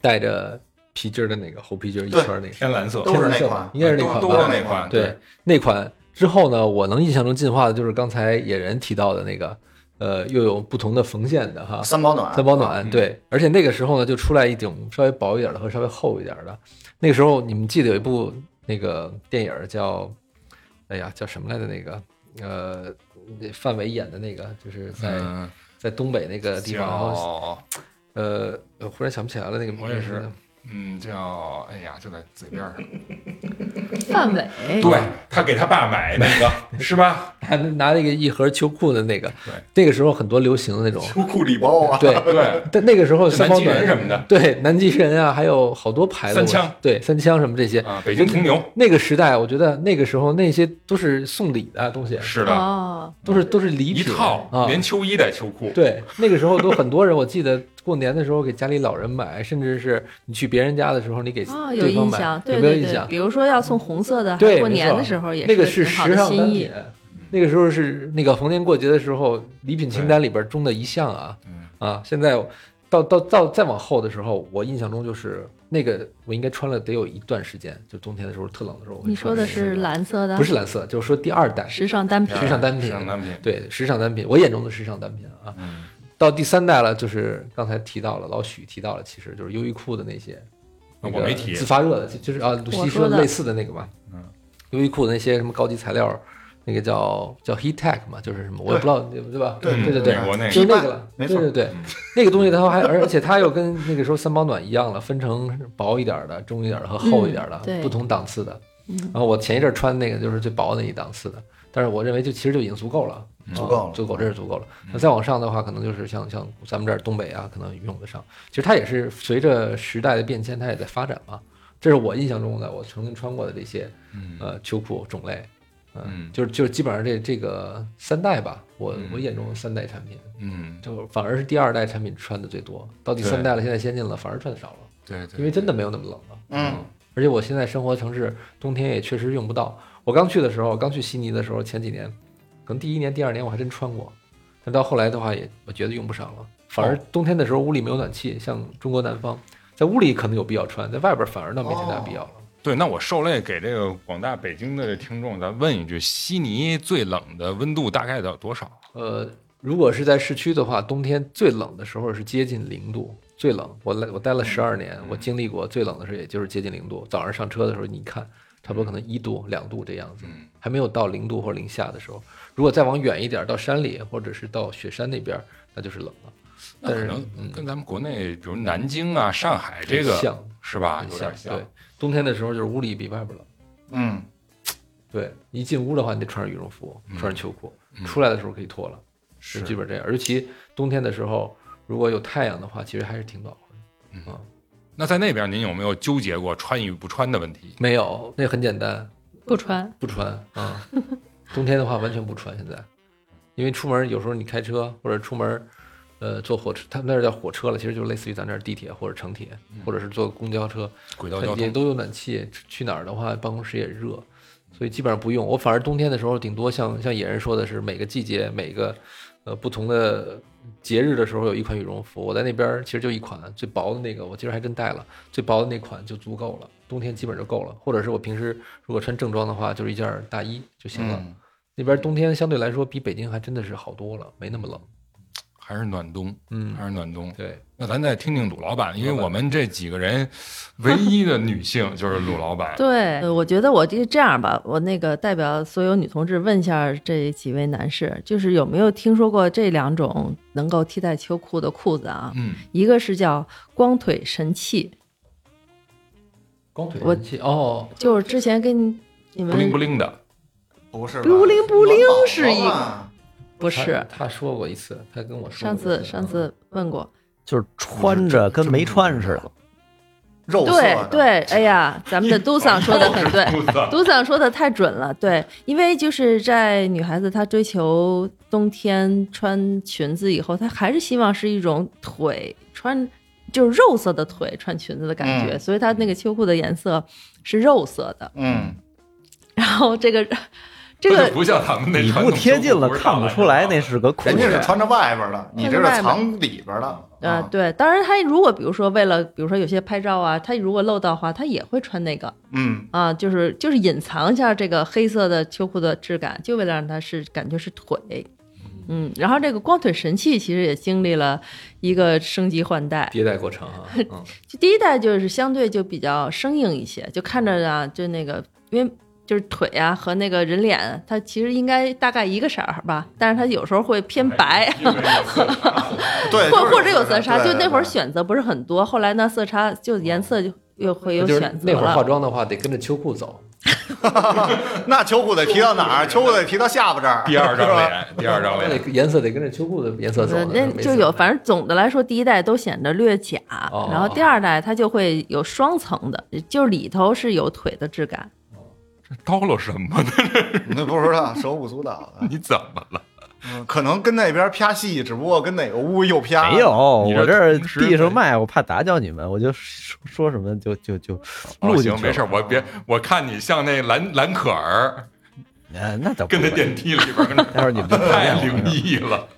S4: 带着皮筋儿的那个猴皮筋儿一圈儿那个，
S3: 天蓝色
S5: 都是那
S4: 天蓝色
S5: 款
S4: 吧应该是那款吧
S3: 都
S5: 是
S3: 是
S5: 那
S3: 那
S5: 款
S3: 款，
S4: 对，那款之后呢，我能印象中进化的就是刚才野人提到的那个，呃，又有不同的缝线的哈，
S5: 嗯三保暖，
S4: 三保暖，
S3: 嗯
S4: 对，而且那个时候呢，就出来一种稍微薄一点的和稍微厚一点的。那个时候你们记得有一部那个电影儿叫，哎呀，叫什么来着？那个呃，那范伟演的那个，就是在、
S3: 嗯，
S4: 在东北那个地方，然后
S3: 叫
S4: 呃，我忽然想不起来了，那个
S3: 我也
S4: 名
S3: 是
S4: 字
S3: 嗯叫，哎呀，就在嘴边上。
S7: 范伟，
S3: 对他给他爸买那个是吧？
S4: 拿拿那个一盒秋裤的那个
S3: 对，
S4: 那个时候很多流行的那种，
S5: 秋裤礼包啊，
S4: 对，
S3: 对，
S4: 但那个时候
S3: 就
S4: 三
S3: 南
S4: 保
S3: 极人
S4: 暖
S3: 什么的
S4: 对，南极人啊，还有好多牌子，
S3: 三枪
S4: 我对三枪什么这些
S3: 啊，北京铜牛
S4: 那个时代，我觉得那个时候那些都是送礼的东西，
S3: 是的，
S7: 哦，
S4: 都是都是礼
S3: 一
S4: 品
S3: 套
S4: 啊。
S3: 连秋衣带秋裤，
S4: 对，那个时候都很多人，我记得过年的时候给家里老人买，甚至是你去别人家的时候，你给
S7: 哦，有
S4: 对方
S7: 印
S4: 买，
S7: 象，对
S4: 有没有
S7: 对
S4: 印
S7: 对，
S4: 象？
S7: 比如说要送红色的，
S4: 对，
S7: 过
S4: 没
S7: 年
S4: 错
S7: 的时候也
S4: 那个
S7: 是
S4: 是
S7: 挺好
S4: 时
S7: 的
S4: 尚
S7: 心
S4: 单
S7: 意
S4: 品，，那个时候是那个逢年过节的时候礼品清单里边中的一项啊
S3: 嗯
S4: 啊！现在到到到再往后的时候，我印象中就是那个我应该穿了得有一段时间，就冬天的时候特冷的时候，我会
S7: 你说
S4: 穿
S7: 的
S4: 那个
S7: 是蓝色的，
S4: 不是蓝色，就是说第二代
S7: 时尚单品
S4: 时尚单品
S3: 啊时尚单品，
S4: 对，时尚单品，我眼中的时尚单品啊。
S3: 嗯
S4: 到第三代了，就是刚才提到了，老许提到了，其实就是优衣库的那些，
S3: 啊我
S4: 那个
S3: 没提
S4: 自发热的，就就是啊，鲁
S7: 我
S4: 西
S7: 说
S4: 说
S7: 的
S4: 类似的那个嘛，
S3: 嗯，
S4: 优衣库的那些什么高级材料，那个叫叫 heat tech 嘛，就是什么，我也不知道对对吧？
S5: 对
S4: 对对
S5: 对
S3: 美国那
S4: 就是
S3: 个
S4: 那个了，
S5: 没
S4: 对
S5: 错
S4: 对对，
S3: 嗯
S4: 那个东西它还，而且它又跟那个时候三保暖一样了，分成薄一点儿的、中一点儿的和厚一点儿的
S7: 嗯、对
S4: 不同档次的。
S7: 嗯
S4: 然后我前一阵儿穿那个就是最薄的那一档次的，但是我认为就其实就已经足够了，
S3: 嗯
S4: 啊
S5: 足够了
S4: 足够，这是足够了。那再往上的话，可能就是像像咱们这儿东北啊，可能用得上。其实它也是随着时代的变迁，它也在发展嘛。这是我印象中的，我曾经穿过的这些
S3: 嗯
S4: 呃秋裤种类，呃
S3: 嗯
S4: 就是就是基本上这这个三代吧，我
S3: 嗯
S4: 我眼中的三代产品，
S3: 嗯，
S4: 就反而是第二代产品穿的最多，到第三代了，现在先进了，反而穿的少了，
S3: 对对，
S4: 因为真的没有那么冷了。
S5: 嗯，
S4: 而且我现在生活城市冬天也确实用不到。我刚去的时候，刚去悉尼的时候，前几年，可能第一年、第二年我还真穿过，但到后来的话也，我觉得用不上了。反而冬天的时候屋里没有暖气，像中国南方，在屋里可能有必要穿，在外边反而倒没太大必要了。
S3: 对，那我受累给这个广大北京的听众，咱问一句：悉尼最冷的温度大概到多少？
S4: 呃，如果是在市区的话，冬天最冷的时候是接近零度，最冷。我来我待了十二年，我经历过最冷的时候也就是接近零度。早上上车的时候，你看差不多可能一度、两度这样子
S3: 嗯，
S4: 还没有到零度或者零下的时候。如果再往远一点，到山里或者是到雪山那边，那就是冷了。
S3: 那
S4: 但
S3: 可
S4: 是
S3: 能
S4: 嗯
S3: 跟咱们国内，比如南京啊、上海这个啊
S4: 像
S3: 是吧，
S4: 很
S3: 有点
S4: 对，冬天的时候就是屋里比外边冷。
S5: 嗯，
S4: 对，一进屋的话，你得穿上羽绒服，
S3: 嗯
S4: 穿上秋裤，
S3: 嗯
S4: 出来的时候可以脱了，
S3: 是
S4: 就基本这样。尤其冬天的时候，如果有太阳的话，其实还是挺暖和的。
S3: 那在那边您有没有纠结过穿与不穿的问题？
S4: 没有，那很简单，
S7: 不穿，。
S4: 不穿啊。冬天的话完全不穿，现在，因为出门有时候你开车或者出门，呃，坐火车，他们那儿叫火车了，其实就类似于咱这儿地铁或者城铁，或者是坐公交车，
S3: 轨道
S4: 它
S3: 交
S4: 也
S3: 通
S4: 都有暖气。去哪儿的话，办公室也热，所以基本上不用。我反而冬天的时候，顶多像像野人说的是，每个季节每个呃不同的节日的时候有一款羽绒服。我在那边儿其实就一款最薄的那个，我今儿还真带了，最薄的那款就足够了，冬天基本就够了。或者是我平时如果穿正装的话，就是一件儿大衣就行了。
S5: 嗯
S4: 那边冬天相对来说比北京还真的是好多了，没那么冷。
S3: 还是暖冬，
S4: 嗯
S3: 还，是暖冬。
S4: 对，
S3: 那咱再听听鲁老板，因为我们这几个人唯一的女 性就是鲁老板
S7: 对，呃我觉得我这这样吧，我那个代表所有女同志问一下这几位男士，就是有没有听说过这两种能够替代秋裤的裤子啊？
S3: 嗯，
S7: 一个是叫光腿神器，
S4: 光腿
S7: 我
S4: 神器哦，
S7: 就是之前跟你
S3: 不灵
S7: 们
S3: 不灵的，
S5: 不是吧，
S7: 不灵不灵是
S5: 暖
S7: 一
S5: 宝宝嘛
S7: 不
S4: 他
S7: 是
S4: 他说过一次，他跟我说
S7: 上
S4: 过一嗯
S7: 次上次问过，
S6: 就是穿着跟没穿似的。
S5: 肉色
S7: 对
S5: 的
S7: 对，哎呀，咱们的都桑说的很对，
S3: 裤子
S7: 都桑说的太准了，对，因为就是在女孩子她追求冬天穿裙子以后，她还是希望是一种腿穿就是肉色的腿穿裙子的感觉，
S5: 嗯
S7: 所以她那个秋裤的颜色是肉色的，
S5: 嗯，
S7: 然后这个这
S3: 这
S7: 个
S3: 就不像咱们那
S6: 你
S3: 传
S6: 不
S3: 统
S6: 贴近了
S3: 中国
S6: 看不出来那是个裤
S5: 人家是
S6: 子。
S5: 穿着外边的，你这是藏里边的啊
S7: 呃，，对，当然他如果比如说为了，比如说有些拍照啊，他如果露到的话，他也会穿那个
S5: 嗯
S7: 啊，就是就是隐藏一下这个黑色的秋裤的质感，就为了让它是感觉是腿。嗯，然后这个光腿神器其实也经历了一个升级换代，
S4: 迭代过程啊，嗯，
S7: 就第一代就是相对就比较生硬一些，就看着啊，就那个因为就是腿啊和那个人脸，它其实应该大概一个色儿吧，但是它有时候会偏白，
S5: 对，
S7: 或
S5: 就是
S7: 或者有色差，
S5: 对
S7: 就
S5: 对
S7: 那会儿
S5: 对
S7: 选择不是很多，后来呢色差就颜色就又会有
S4: 就是
S7: 选择
S4: 那会儿化
S7: 了。
S4: 妆的话，得跟着秋裤走。
S5: 那秋裤得提到哪 儿？秋裤得提到下巴这儿，
S3: 第二张
S5: 是吧，
S3: 脸，第二张
S4: 那
S3: 脸，
S4: 得颜色得跟着秋裤的颜色走
S7: 呃
S4: 的，
S7: 那
S4: 没
S7: 就
S4: 色
S7: 有，反正总的来说，第一代都显得略假，
S4: 哦
S7: 然后第二代它就会有双层的，就是里头是有腿的质感。
S3: 叨了什么呢？
S5: 那不知道手舞足蹈的，
S3: 你怎么 了？
S5: 嗯可能跟那边啪戏，只不过跟哪个屋又啪。
S6: 没有，，
S3: 你这
S6: 我这儿
S3: 同时
S6: 递上麦，我怕打搅你们，我就说说什么就就就录
S3: 哦
S6: 进
S3: 行，
S6: 去。
S3: 没事，，我别，我看你像那兰兰可儿，
S6: 呃，那倒不
S3: 跟那
S6: 会
S3: 电梯里边儿跟 那
S6: 待会儿你们
S3: 太灵异了。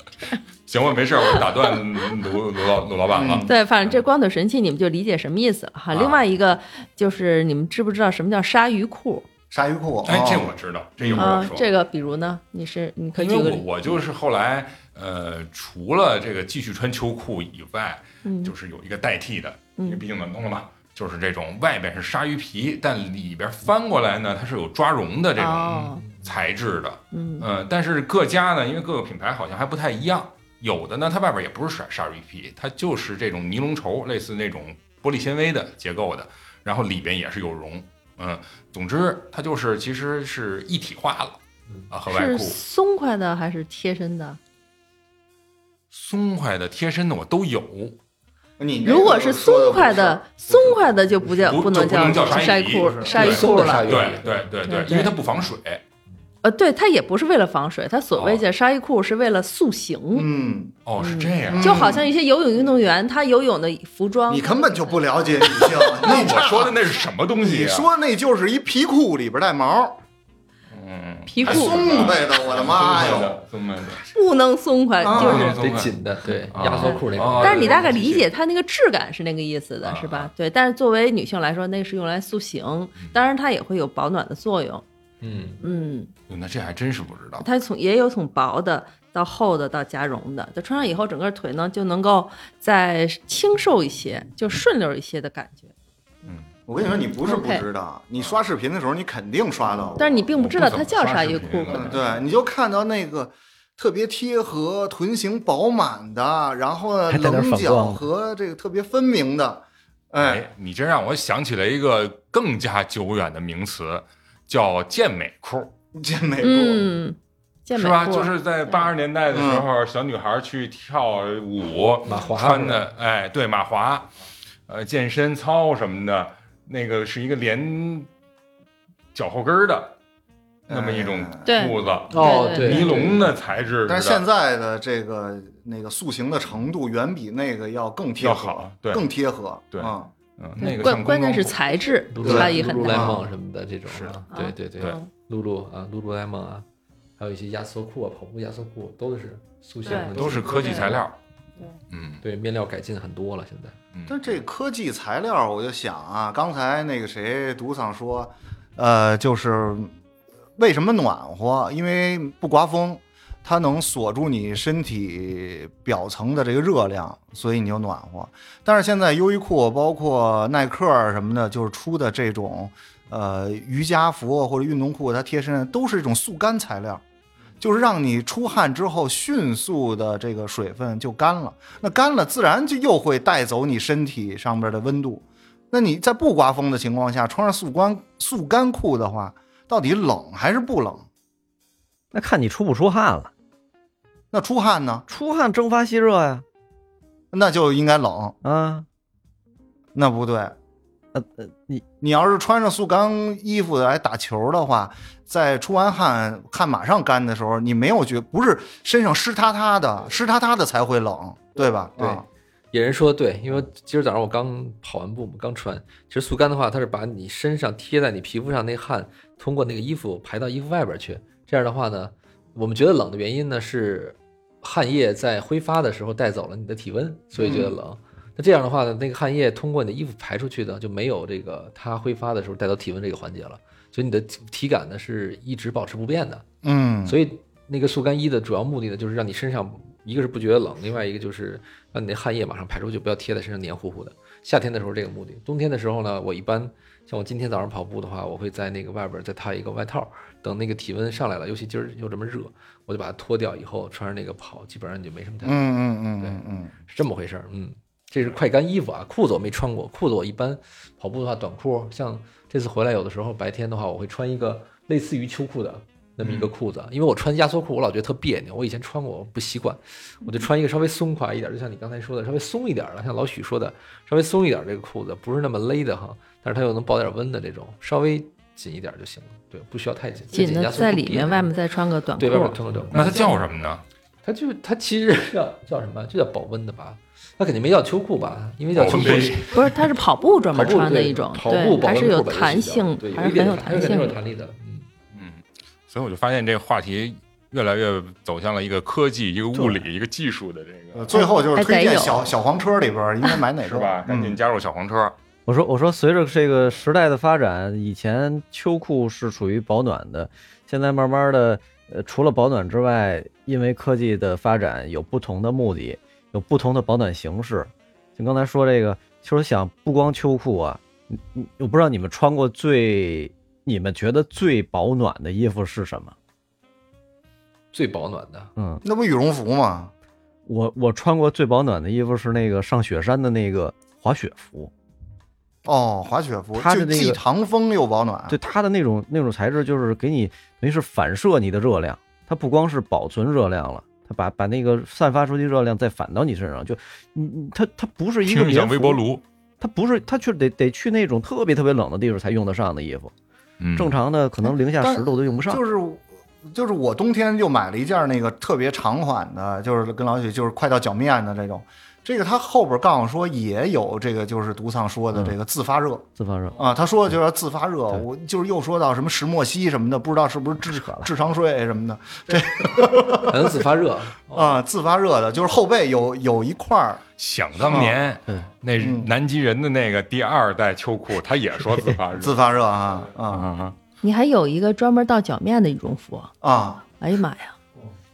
S3: 行，我没事，我打断鲁鲁老鲁老
S5: 嗯
S3: 板
S6: 嗯
S3: 了。
S7: 对，反
S4: 嗯
S7: 正这光腿神器你们就理解什么意思了哈。
S3: 啊
S7: 另外一个就是你们知不知道什么叫鲨鱼裤
S5: 鲨鱼裤，
S3: 哎，这
S5: 哦
S3: 我知道，这一会儿我
S7: 啊
S3: 说。？
S7: 这个比如呢，你是你可以
S3: 因
S7: 举
S3: 为
S7: 个
S3: 我我就是后来呃，除了这个继续穿秋裤以外，
S7: 嗯
S3: 就是有一个代替的，因为
S7: 嗯
S3: 毕竟暖冬了嘛，就是这种外边是鲨鱼皮，但里边翻过来呢，它是有抓绒的这
S7: 哦
S3: 种材质的。
S7: 嗯
S3: 呃，但是各家呢，因为各个品牌好像还不太一样，有的呢它外边也不是鲨鲨鱼皮，它就是这种尼龙绸，类似那种玻璃纤维的结构的，呃然后里边也是有绒，嗯，总之它就是其实是一体化了。啊，和外
S7: 是
S3: 裤
S7: 松快的还是贴身的？
S3: 松快的、贴身的我都有，
S2: 你
S7: 如果是松快的，松快
S2: 的，
S7: 的就不叫
S3: 不
S7: 能
S3: 就不能
S7: 叫
S3: 叫
S7: 晒
S3: 鲨鱼
S7: 裤
S2: 是
S7: 晒
S3: 对
S7: 裤
S4: 松的鲨
S7: 了
S4: 鱼。
S3: 对对对
S7: 对
S3: 对，
S7: 对
S3: 因为它不防水，
S7: 呃，对，它也不是为了防水，它所谓
S3: 哦
S7: 的鲨鱼裤是为了塑形，
S5: 嗯，
S3: 哦，是这样。
S7: 就好像一些游泳运动员他游泳的服装，
S5: 你根本就不了解女性，
S3: 那
S5: 那
S3: 我说的那是什么东西、
S5: 你
S3: 啊？
S5: 说那就是一皮裤里边带毛，
S3: 嗯，
S7: 皮
S5: 还
S7: 裤
S5: 松快的，我的妈哟！，
S3: 松快的，
S7: 不能松快，
S5: 啊
S7: 就是。
S3: 松快
S4: 得紧的，对，
S3: 啊
S4: 压缩裤那
S3: 啊
S4: 种。
S7: 但是你大概
S3: 对
S7: 理解它那个质感是那个意思的，是吧？对，但是作为女性来说，那是用来塑形，当然它也会有保暖的作用。
S4: 嗯，
S7: 嗯，
S3: 哟那这还真是不知道。
S7: 它从也有从薄的到厚的到加绒的，就穿上以后，整个腿呢就能够再清瘦一些，就顺溜一些的感觉。
S5: 我跟你说，你不是不知道，你刷视频的时候，你肯定刷到过。
S7: 但是你并不知道
S3: 我不
S7: 它
S3: 怎么
S7: 叫
S3: 刷
S7: 鲨
S3: 视
S7: 鱼
S3: 频
S7: 裤，
S3: 了
S7: 可能
S5: 嗯，对，你就看到那个特别贴合、臀型饱满的，然后呢
S6: 还带点
S5: 棱
S6: 反
S5: 角
S6: 光
S5: 和这个特别分明的，哎，
S3: 哎，你这让我想起了一个更加久远的名词，叫健美裤，
S5: 健美裤。
S7: 嗯，健
S3: 是
S7: 美
S3: 吧？
S7: 裤
S3: 就是在八十年代的时
S7: 嗯
S3: 候，小女孩去跳舞，
S4: 马华
S3: 穿的，哎，对，马华，呃，健身操什么的，那个是一个连脚后跟儿的那么一种
S7: 对
S3: 裤子，
S4: 哦，
S7: 对
S3: 尼
S4: 尼
S3: 龙的材质的，
S5: 哎但是现在的这个那个塑形的程度远比那个要更贴
S3: 要
S5: 合，
S3: 好对
S5: 更贴合，
S3: 对
S5: 嗯，
S3: 嗯，那个像
S7: 关关键
S3: 公
S7: 是
S3: 公
S7: 材质
S4: 露
S7: 差异很
S4: 露
S7: 大。
S3: 嗯
S4: lemon 什么的这种
S3: 是的
S4: 啊，对对对，
S7: 嗯
S4: 露露啊，露露 lemon 啊，还有一些压缩裤啊，跑步压缩裤都是塑形的，
S7: 对
S3: 都是科技材料，
S7: 对
S3: 嗯
S4: 对面料改进很多了，现在
S5: 但这科技材料，我就想啊，刚才那个谁独丧说，呃，就是为什么暖和？因为不刮风，它能锁住你身体表层的这个热量，所以你就暖和。但是现在优衣库包括耐克儿什么的，就是出的这种呃瑜伽服啊或者运动裤，它贴身都是一种速干材料。就是让你出汗之后迅速的这个水分就干了，那干了自然就又会带走你身体上面的温度。那你在不刮风的情况下穿上速干速干裤的话，到底冷还是不冷？
S6: 那看你出不出汗了，
S5: 那出汗呢？
S6: 出汗蒸发吸热呀、
S5: 那就应该冷，
S6: 啊，
S5: 那不对。
S6: 呃呃，你
S5: 你要是穿上速干衣服来打球的话，在出完汗汗马上干的时候，你没有觉不是身上湿塌塌的，湿塌塌的才会冷，对吧？
S4: 对
S5: 啊
S4: 野人说的对，因为今儿早上我刚跑完步嘛，刚穿。其实速干的话，它是把你身上贴在你皮肤上那汗，通过那个衣服排到衣服外边去。这样的话呢，我们觉得冷的原因呢是汗液在挥发的时候带走了你的体温，所以觉得冷。那这样的话呢，那个汗液通过你的衣服排出去的就没有这个它挥发的时候带到体温这个环节了，所以你的体体感呢是一直保持不变的。
S5: 嗯，
S4: 所以那个速干衣的主要目的呢，就是让你身上一个是不觉得冷，另外一个就是让你的汗液马上排出去，不要贴在身上黏糊糊的。夏天的时候这个目的，冬天的时候呢，我一般像我今天早上跑步的话，我会在那个外边再套一个外套，等那个体温上来了，尤其今儿又这么热，我就把它脱掉以后穿上那个跑，基本上就没什么太大
S5: 嗯嗯嗯嗯嗯，
S4: 是这么回事儿，嗯，这是快干衣服啊，裤子我没穿过，裤子我一般跑步的话，短裤，像这次回来有的时候白天的话，我会穿一个类似于秋裤的那么一
S3: 嗯
S4: 个裤子，因为我穿压缩裤我老觉得特别扭，我以前穿过我不习惯，我就穿一个稍微松垮一点，就像你刚才说的，稍微松一点的，像老许说的，稍微松一点这个裤子，不是那么勒的哈，但是它又能保点温的这种，稍微紧一点就行了，对，不需要太紧，
S7: 紧
S4: 压
S7: 的
S4: 缩
S7: 在
S4: 裤
S7: 里
S4: 别
S7: 面，
S4: 着
S7: 外面再穿个短裤
S4: 对，外面穿个短裤，
S3: 那它叫什么呢？
S4: 它就它其实 叫叫什么？就叫保温的吧？它肯定没叫秋裤吧？因为叫
S3: 保
S4: 秋
S3: 温
S4: 裤
S3: 杯
S4: 是
S7: 不是，它是跑步专
S4: 跑
S7: 门
S4: 步
S7: 穿的
S4: 对
S7: 一种，
S4: 跑步
S7: 对，
S4: 保
S7: 还
S4: 温
S7: 是
S4: 裤
S7: 有
S4: 吧
S7: 弹
S4: 是叫
S7: 性
S4: 对，，
S7: 还
S4: 一
S7: 是很
S4: 点
S7: 有
S4: 还
S7: 弹
S4: 是很
S7: 性
S4: 有
S7: 的。
S4: 弹力的。嗯，
S3: 嗯，所以我就发现这个话题越来越走向了一个科技、一个物理、一个技术的这
S5: 呃
S3: 个，
S5: 最后就是推
S7: 还得
S5: 荐
S7: 有
S5: 小小黄车里边儿应该买哪个
S3: 是吧？赶紧
S5: 嗯
S3: 加入小黄车，
S6: 我说我说，随着这个时代的发展，以前秋裤是属于保暖的，现在慢慢的，呃，除了保暖之外，因为科技的发展有不同的目的，有不同的保暖形式。就刚才说这个，其实我想不光秋裤啊，你你我不知道你们穿过最你们觉得最保暖的衣服是什么？
S4: 最保暖的
S6: 嗯，
S5: 那不羽绒服吗？
S6: 我我穿过最保暖的衣服是那个上雪山的那个滑雪服，
S5: 哦，滑雪服，
S6: 它的
S5: 就
S6: 那个
S5: 既藏风又保暖。
S6: 对它的那种那种材质，就是给你等于是反射你的热量，它不光是保存热量了，它把把那个散发出去热量再反到你身上，就你你它它不哎是一个
S3: 听着
S6: 棉
S3: 像
S6: 服
S3: 微波，炉，
S6: 它不是它去得得去那种特别特别冷的地方才用得上的衣服，
S3: 嗯，
S6: 正常的可能零下
S5: 但
S6: 十度都用不上。
S5: 就是就是我冬天就买了一件那个特别长款的，就是跟老许就是快到脚面的这种。这个他后边告诉说也有这个，就是独丧说的这个自发热、
S6: 自发热，
S5: 啊，他说的就是自发热。
S6: 嗯对
S5: 我就是又说到什么石墨烯什么的，不知道是不是智
S6: 扯了
S5: 智商税什么的
S4: 还能自发热，
S6: 哦
S5: 啊，自发热的，就是后背有有一块儿
S3: 想当年
S6: 嗯，
S3: 那
S5: 嗯
S3: 南极人的那个第二代秋裤，他也说 自发热，
S5: 自发热啊
S6: 嗯
S5: 啊
S3: 啊，
S7: 你还有一个专门到脚面的羽绒服，
S5: 啊，
S7: 哎呀妈呀，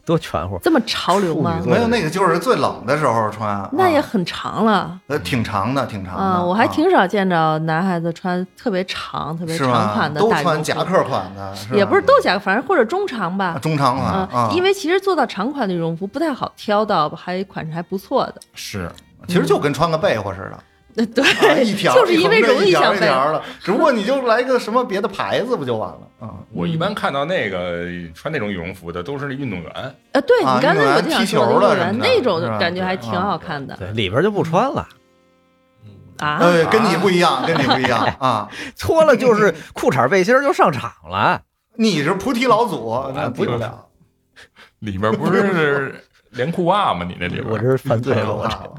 S6: 多全乎。
S7: 这么潮流吗
S6: 处女？座
S5: 没有那个就是最冷的时候穿，
S7: 那也
S5: 啊
S7: 很长了。
S5: 呃挺长的，挺长的。
S7: 啊、我还
S5: 啊
S7: 挺少见着男孩子穿特别长、特别
S5: 是
S7: 长
S5: 吗？
S7: 款的
S5: 都
S7: 大羽
S5: 穿
S7: 绒服
S5: 夹克，款的，吧
S7: 也不是都夹克，反正或者中长吧。
S5: 中长款
S7: 嗯、
S5: 啊，
S7: 因为其实做到长款的羽绒服不太好挑到，还款式还不错的。
S3: 是
S6: 嗯
S5: 其实就跟穿个被窝似的，
S7: 呃对，
S5: 啊一条
S7: 就是因为
S5: 一条
S7: 容易
S5: 一条
S7: 想
S5: 一
S7: 被
S5: 条的，只不过你就来个什么别的牌子不就完了啊？
S3: 我一般看到那个穿那种羽绒服的都是运动 员，
S7: 呃，对
S5: 啊
S7: 你刚才我就想说
S5: 运动员踢球
S7: 的
S5: 的
S7: 运动员
S5: 什么的
S7: 那种
S5: 是吧啊
S7: 感觉还挺好看的
S6: 对，里边就不穿 了，
S7: 啊。
S5: 呃，跟你不一样，跟你不一 样啊！
S6: 脱了就是裤衩背心儿就上场了。
S5: 你是菩提老祖，那
S3: 不
S5: 不
S3: 用
S5: 用了，
S3: 里边不 是连裤袜吗？你那里边
S6: 我这是犯罪
S5: 太
S6: 了，
S5: 可
S6: 我
S5: 怕
S6: 这
S5: 了。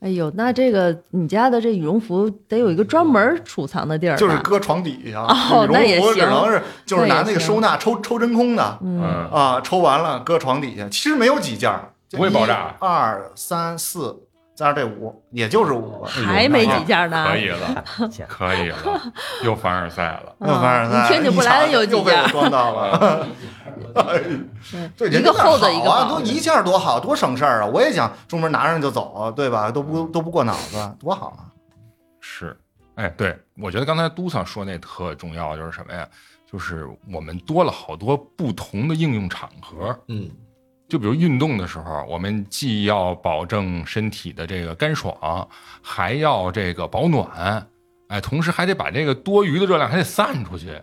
S7: 哎呦，那这个你家的这羽绒服得有一个专门储藏的地儿吧，
S5: 就是搁床底下，
S7: 哦
S5: 羽
S7: 那也
S5: 绒服只
S7: 行
S5: 能是就是拿那
S7: 那也
S5: 个
S7: 行
S5: 收纳抽抽真空的
S7: 嗯，
S3: 嗯，
S5: 啊，抽完了搁床底下，其实没有几件儿，就
S3: 不会爆炸
S5: 一二三四，再这五，也就是五个，
S7: 还
S3: 哎
S7: 没几件
S5: 啊
S7: 呢。
S3: 可 以了，可以了，又凡尔赛了。
S5: 那凡尔赛，
S7: 啊你听听
S5: 一
S7: 布莱恩
S5: 查
S7: 有几
S5: 又被
S7: 件
S5: 我装到了。 对，
S7: 一
S5: 人
S7: 个
S5: 家
S7: 厚的，
S5: 好
S7: 一个
S5: 啊，
S7: 薄
S5: 多
S7: 的。
S5: 一件多好，多省事儿啊！我也想出门拿上就走，啊对吧？都不都不过脑子，多好啊！
S3: 是，哎，对，我觉得刚才都桑说那特重要，就是什么呀？就是我们多了好多不同的应用场合。
S4: 嗯，
S3: 就比如运动的时候，啊我们既要保证身体的这个干爽，还要这个保暖，哎，同时还得把这个多余的热量还得散出去。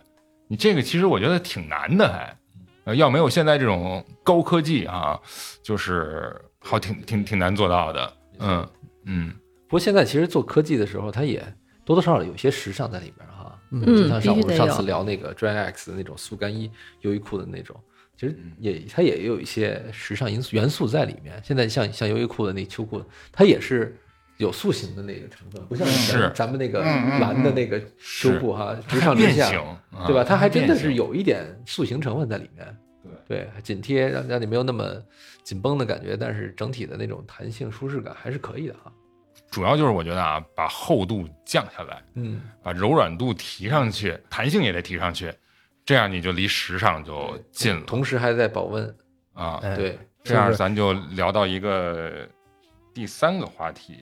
S3: 你这个其实我觉得挺难的，还，呃，要没有现在这种高科技啊，就是好挺挺挺难做到的。嗯嗯，
S4: 不过现在其实做科技的时候，它也多多少少有些时尚在里边儿哈。
S6: 嗯
S4: 就像上
S7: 必
S4: 我
S7: 须得
S4: 们上次
S7: 有
S4: 聊那个 Dry X 那种速干衣、优衣库的那种，其实也它也有一些时尚因素元素在里面。现在像像优衣库的那秋裤，它也是有塑形的那个成分，不像以前
S3: 是
S4: 咱们那个
S5: 嗯嗯
S4: 蓝的那个秋
S3: 是
S4: 裤哈，直上直
S3: 变
S4: 下
S3: 形，，啊
S4: 对吧？它还真的
S3: 变
S4: 是
S3: 形
S4: 有一点塑形成分在里面。对，还紧贴让让你没有那么紧绷的感觉，但是整体的那种弹性舒适感还是可以的哈。
S3: 主要就是我觉得啊，把厚度降下来，
S4: 嗯，
S3: 把柔软度提上去，弹性也得提上去，这样你就离时尚就近了
S4: 同时还在保温，
S3: 啊。
S6: 哎
S4: 对，
S3: 这样咱就聊到一个第三个话题，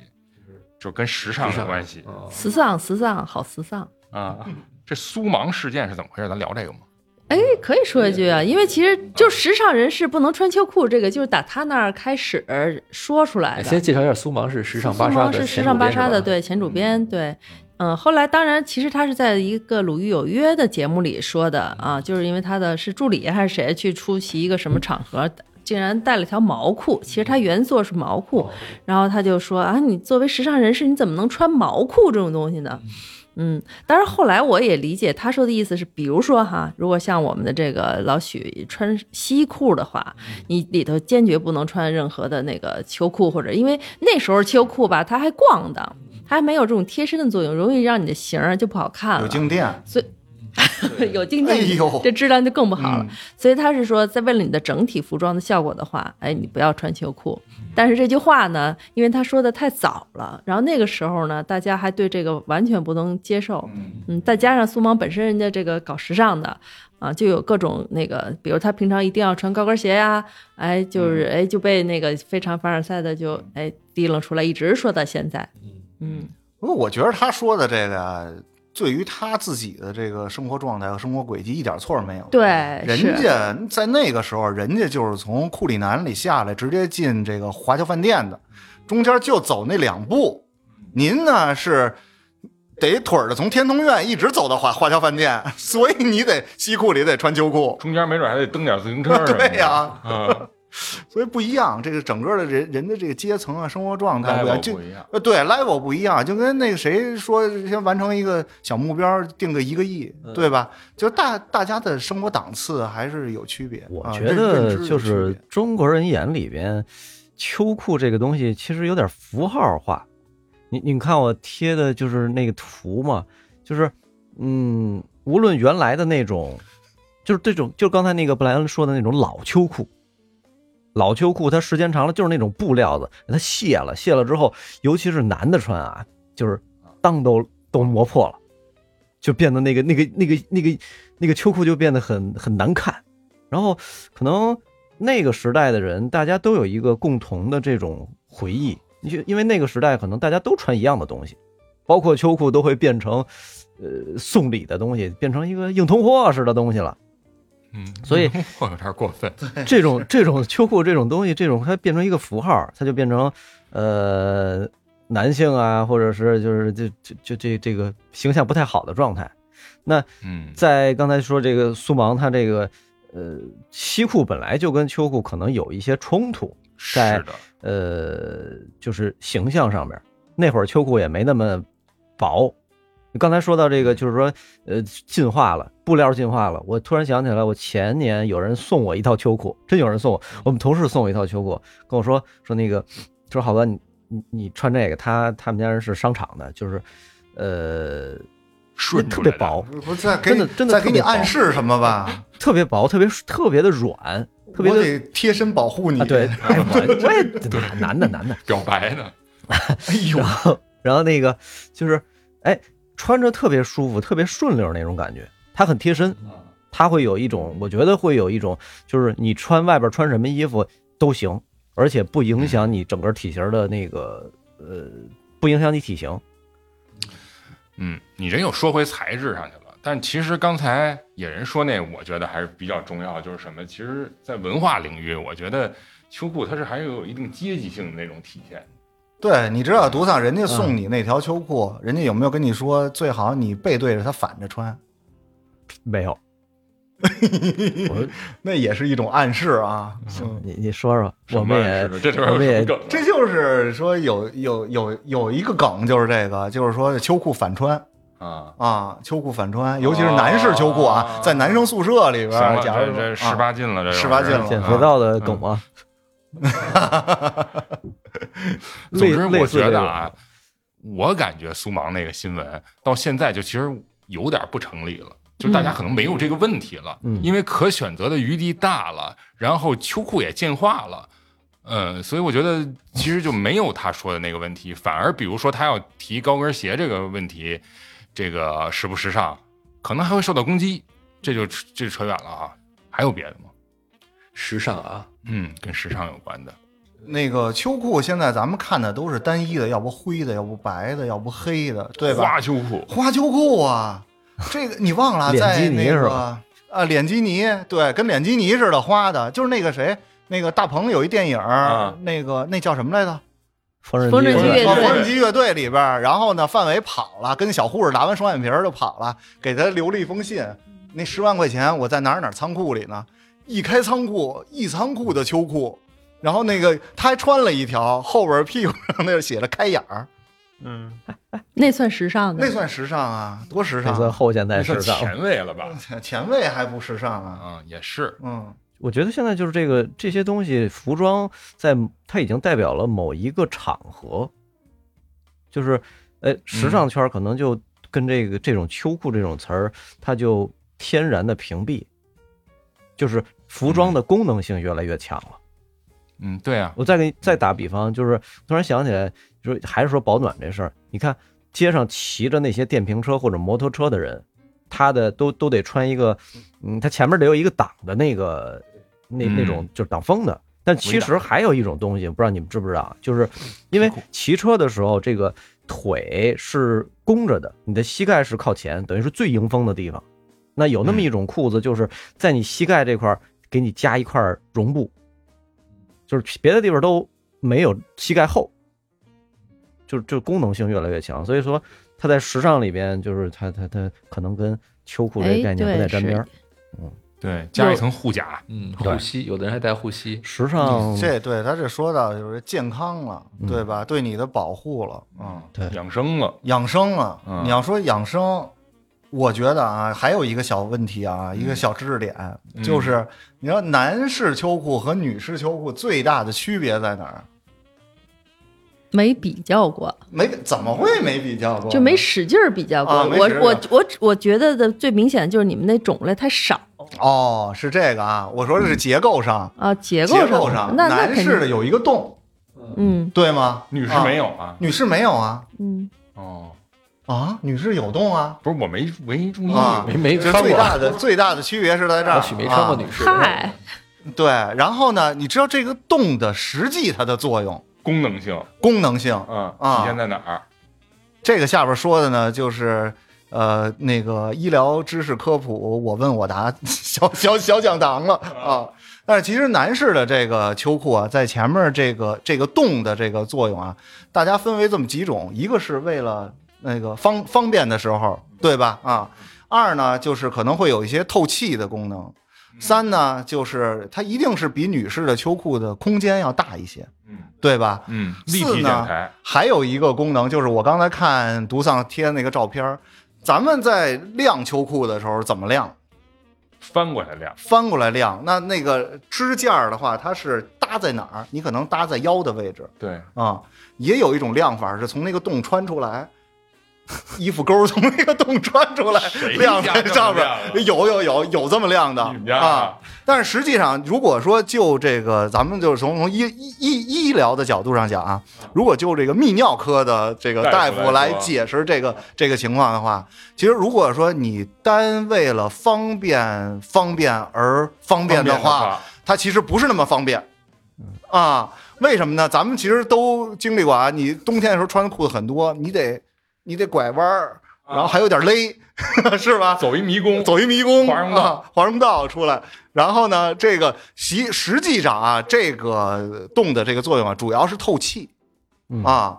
S3: 就跟时尚有关系
S4: 哦
S7: 时尚，时尚，好时尚。
S3: 啊。这苏芒事件是怎么回事？咱聊这个吗？
S7: 哎，
S4: 嗯
S7: 可以说一句啊，因为其实就时尚人士不能穿秋裤，这个就是打他那儿开始说出来
S4: 哎
S7: 的。
S4: 先介绍一下苏芒是时尚芭莎的前主编，
S7: 是时尚芭莎的，
S4: 是吧，
S7: 对，前主编，对，嗯，后来当然，其实他是在一个《鲁豫有约》的节目里说的
S4: 嗯
S7: 啊，就是因为他的是助理还是谁去出席一个什么场合，竟然带了条毛裤，其实
S4: 嗯
S7: 他原作是毛裤，然后他就说啊，你作为时尚人士，你怎么能穿毛裤这种东西呢？嗯，当然后来我也理解他说的意思是，比如说哈，如果像我们的这个老许穿西裤的话，
S5: 嗯
S7: 你里头坚决不能穿任何的那个秋裤，或者因为那时候秋裤吧，它还逛的，
S5: 嗯
S7: 它还没有这种贴身的作用，容易让你的型儿就不好看
S5: 啊有
S7: 了。
S5: 静
S7: 啊
S5: 电，
S7: 有静电，
S5: 哎呦
S7: 这质量就更不好了。
S5: 嗯
S7: 所以他是说，在为了你的整体服装的效果的话，哎，你不要穿秋裤。
S5: 嗯
S7: 但是这句话呢，因为他说的太早了，然后那个时候呢，大家还对这个完全不能接受。
S5: 嗯，
S7: 嗯，再加上苏芒本身人家这个搞时尚的啊，就有各种那个，比如他平常一定要穿高跟鞋呀、哎，就是
S5: 嗯
S7: 哎就被那个非常凡尔赛的就哎提楞出来，一直说到现在。嗯，
S5: 不过我觉得他说的这个啊，对于他自己的这个生活状态和生活轨迹一点错儿没有。
S7: 对，是
S5: 人家在那个时候，人家就是从库里南里下来，直接进这个
S6: 嗯
S5: 华侨饭店的，中间就走那两步。您呢是得腿儿的从天通苑一直走到华华侨饭店， 所以你得西裤里得穿秋裤，
S3: 中间没准还得蹬点自行车什么的。
S5: 对呀、
S3: 嗯，
S5: 所以不一样，这个整个的人人的这个阶层啊，生活状态不一样，
S3: level
S5: 就
S3: 不一样。
S5: 呃对 level 不一样，就跟那个谁说先完成一个小目标，定个一个亿，
S6: 嗯
S5: 对吧？就大大家的生活档次还是有区别。
S6: 我
S5: 啊
S6: 觉
S5: 认认
S6: 得
S5: 知有
S6: 就
S5: 区
S6: 是
S5: 别
S6: 中国人眼里边，秋裤这个东西其实有点符号化。你你看我贴的就是那个图嘛，就是嗯，无论原来的那种，就是这种，就是刚才那个布莱恩说的那种老秋裤。老秋裤它时间长了就是那种布料子，它卸了，卸了之后，尤其是男的穿啊，就是裆都都磨破了，就变得那个那个那个那个那个秋裤就变得很很难看。然后可能那个时代的人，大家都有一个共同的这种回忆，因为因为那个时代可能大家都穿一样的东西，包括秋裤都会变成，呃，送礼的东西，变成一个硬通货似的东西了。
S3: 嗯，
S6: 所以
S3: 我有点过分。
S6: 这种 这种秋裤这种东西，这种它变成一个符号，它就变成呃男性啊，或者是就是这这这这这个形象不太好的状态。
S3: 嗯，
S6: 在刚才说这个苏芒，他这个呃西裤本来就跟秋裤可能有一些冲突，
S3: 是
S6: 在
S3: 的，
S6: 呃，就是形象上面，那会儿秋裤也没那么薄。刚才说到这个，就是说，呃，进化了，布料进化了。我突然想起来，我前年有人送我一套秋裤，真有人送我，我们同事送我一套秋裤，跟我说说那个，说好哥，你你你穿这个，他他们家人是商场的，就是，呃，
S3: 顺
S6: 特
S3: 出
S6: 别
S3: 来的
S6: 薄，
S5: 不是在给你
S6: 真的真的
S5: 在给你
S6: 特别
S5: 暗示什么吧？
S6: 特别薄，特别特别的软， 特别
S5: 我
S6: 的
S5: 得贴身保护你。
S6: 啊，对，哎我我也 男的男的，
S3: 表白的，
S5: 哎呦，
S6: 然后那个就是，哎，穿着特别舒服，特别顺溜那种感觉，它很贴身，它会有一种，我觉得会有一种，就是你穿外边穿什么衣服都行，而且不影响你整个体型的那个，呃，不影响你体型。
S3: 嗯，你这又说回材质上去了。但其实刚才野人说那，我觉得还是比较重要，就是什么？其实，在文化领域，我觉得秋裤它是还有一定阶级性的那种体现。
S5: 对，你知道独丧人家送你那条秋裤，
S6: 嗯
S5: 人家有没有跟你说最好你背对着它反着穿？
S6: 没有，
S5: 那也是一种暗示啊。嗯，
S6: 你你说说，
S3: 什
S6: 我
S3: 么
S6: 们
S3: 暗示
S6: 也
S3: 呢 这里边
S6: 我
S3: 有
S6: 们
S3: 什么
S6: 也
S3: 梗啊？
S5: 这就是说有有有有一个梗，就是这个，就是说秋裤反穿
S3: 啊，
S5: 啊，秋裤反
S6: 哦
S5: 穿，尤其是男士秋裤啊
S3: 哦，
S5: 在男生宿舍里
S3: 行了，
S5: 边，假
S3: 这
S5: 如
S3: 这
S5: 说
S3: 十
S5: 啊
S3: 八禁了，这
S5: 18禁了
S6: 减
S3: 啊
S6: 肥皂的梗吗？
S3: 总之，
S6: 类
S3: 我
S6: 类似
S3: 觉
S6: 这
S3: 得
S6: 种
S3: 啊，我感觉苏芒那个新闻到现在就其实有点不成立了，就大家可能没有这个问题了，
S6: 嗯
S3: 因为可选择的余地大了，然后秋裤也进化了。嗯，所以我觉得其实就没有他说的那个问题，反而比如说他要提高跟鞋这个问题，这个时不时尚，可能还会受到攻击，这就这就扯远了啊。还有别的吗？
S4: 时尚啊，
S3: 嗯，跟时尚有关的，
S5: 那个秋裤，现在咱们看的都是单一的，要不灰的，要不白的，要不黑的，对吧？
S3: 花秋裤，
S5: 花秋裤啊，这个你忘了，
S6: 脸
S5: 在
S6: 基尼
S5: 那
S6: 是
S5: 个
S6: 吧
S5: 啊，脸基尼，对，跟脸基尼似的花的，就是那个谁，那个大鹏有一电影，
S3: 啊
S5: 那个那叫什么来着？
S6: 缝纫
S7: 缝纫
S6: 机啊
S7: 机
S6: 的
S7: 也对
S5: 缝
S7: 对
S5: 纫机乐队里边儿，然后呢，范伟跑了，跟小护士打完双眼皮儿就跑了，给他留了一封信，那十万块钱我在哪儿哪儿仓库里呢？一开仓库，一仓库的秋裤，然后那个他还穿了一条，后边屁股上那儿写着开眼儿，
S2: 嗯，
S7: 那算时尚的，
S5: 那算时尚啊，多时
S6: 这算
S5: 尚！
S6: 后现代
S3: 那算
S6: 时尚了。
S3: 前卫了吧？
S5: 前卫还不时尚啊？
S3: 啊，也是，
S5: 嗯，
S6: 我觉得现在就是这个这些东西，服装在它已经代表了某一个场合，就是，呃，时尚圈可能就跟这个这种秋裤这种词儿，它就天然的屏蔽，就是服装的功能性越来越强了。
S3: 嗯，对啊，
S6: 我再给你再打比方，就是突然想起来，说还是说保暖这事儿，你看街上骑着那些电瓶车或者摩托车的人，他的都都得穿一个，嗯，他前面得有一个挡的那个那
S3: 嗯
S6: 那种就是挡风的。但其实还有一种东西，不知道你们知不知道，就是因为骑车的时候，这个腿是弓着的，你的膝盖是靠前，等于是最迎风的地方。那有那么一种裤子，就是在你膝盖这块儿给你加一块绒布，就是别的地方都没有膝盖厚，就就功能性越来越强。所以说，它在时尚里边，就是它它它可能跟秋裤这
S7: 哎
S6: 个概念
S7: 对
S6: 不太沾边儿。
S3: 对，加一层护甲，
S4: 嗯，
S6: 对
S4: 护膝，有的人还带护膝，
S6: 时
S7: 嗯
S6: 尚
S5: 这对他这说到就是健康了，
S6: 嗯
S5: 对吧？对你的保护了，嗯，
S6: 对
S3: 养生了，
S5: 养生了。
S3: 嗯
S5: 你要说养生，我觉得啊，还有一个小问题啊，一个小知识点，
S3: 嗯
S5: 就是你知道男士秋裤和女士秋裤最大的区别在哪儿？
S7: 没比较过，
S5: 没怎么会没比较过？
S7: 就没使劲儿比较过。
S5: 啊没
S7: 我
S5: 使劲儿
S7: 我我我觉得的最明显的就是你们那种类太少
S5: 哦，是这个啊，我说的是结构上，
S7: 啊，嗯结
S5: 结
S7: 上
S5: 构上，
S7: 那那
S5: 男
S7: 肯
S5: 士的
S7: 定，
S5: 有一个洞，
S7: 嗯
S5: 对吗？
S3: 女士
S5: 啊
S3: 没有啊？
S5: 女士没有啊
S7: 嗯，
S3: 哦，
S5: 啊，女士有洞啊。
S3: 不是，我没没注意，
S5: 啊
S4: 没没
S5: 这
S4: 穿
S5: 最
S4: 过，
S5: 大的最大的区别是在这儿，
S4: 或许没穿过
S5: 啊
S4: 女士。
S7: 嗨，
S5: 对，然后呢，你知道这个洞的实际它的作用、
S3: 功能性，
S5: 功能性，
S3: 嗯，
S5: 啊
S3: 体现在哪儿？
S5: 这个下边说的呢，就是呃那个医疗知识科普，我问我答 小小小讲堂了啊。但是其实男士的这个秋裤啊，在前面这个这个洞的这个作用啊，大家分为这么几种，一个是为了那个方方便的时候，对吧？啊，二呢就是可能会有一些透气的功能，三呢就是它一定是比女士的秋裤的空间要大一些，
S3: 嗯
S5: 对吧？
S3: 嗯，
S5: 四
S3: 立体剪
S5: 呢
S3: 裁，
S5: 还有一个功能就是我刚才看独丧贴的那个照片儿，咱们在晾秋裤的时候怎么晾？
S3: 翻过来晾，
S5: 翻过来晾，那那个支架儿的话，它是搭在哪儿？你可能搭在腰的位置
S3: 对，
S5: 啊、也有一种晾法是从那个洞穿出来，衣服钩儿从那个洞穿出来
S3: 谁
S5: 晾
S3: 家
S5: 在
S3: 这么
S5: 上边儿
S3: 晾啊。
S5: 有有有有这么晾的
S3: 你们家
S5: 啊！但是实际上，如果说就这个，咱们就是从从医医医医疗的角度上讲啊，如果就这个泌尿科的这个
S3: 大
S5: 大
S3: 夫
S5: 夫
S3: 来
S5: 来
S3: 说
S5: 解释这个这个情况的话，其实如果说你单为了方便方便而方便的话，，它其实不是那么方便，啊，为什么呢？咱们其实都经历过啊，你冬天的时候穿的裤子很多，你得你得拐弯儿，然后还有点勒， 是吧？
S3: 啊走一迷宫，
S5: 走一迷宫，
S3: 华容道
S5: 啊，华容道出来。然后呢，这个实实际上啊，这个洞的这个作用啊，主要是透气
S6: 嗯
S5: 啊，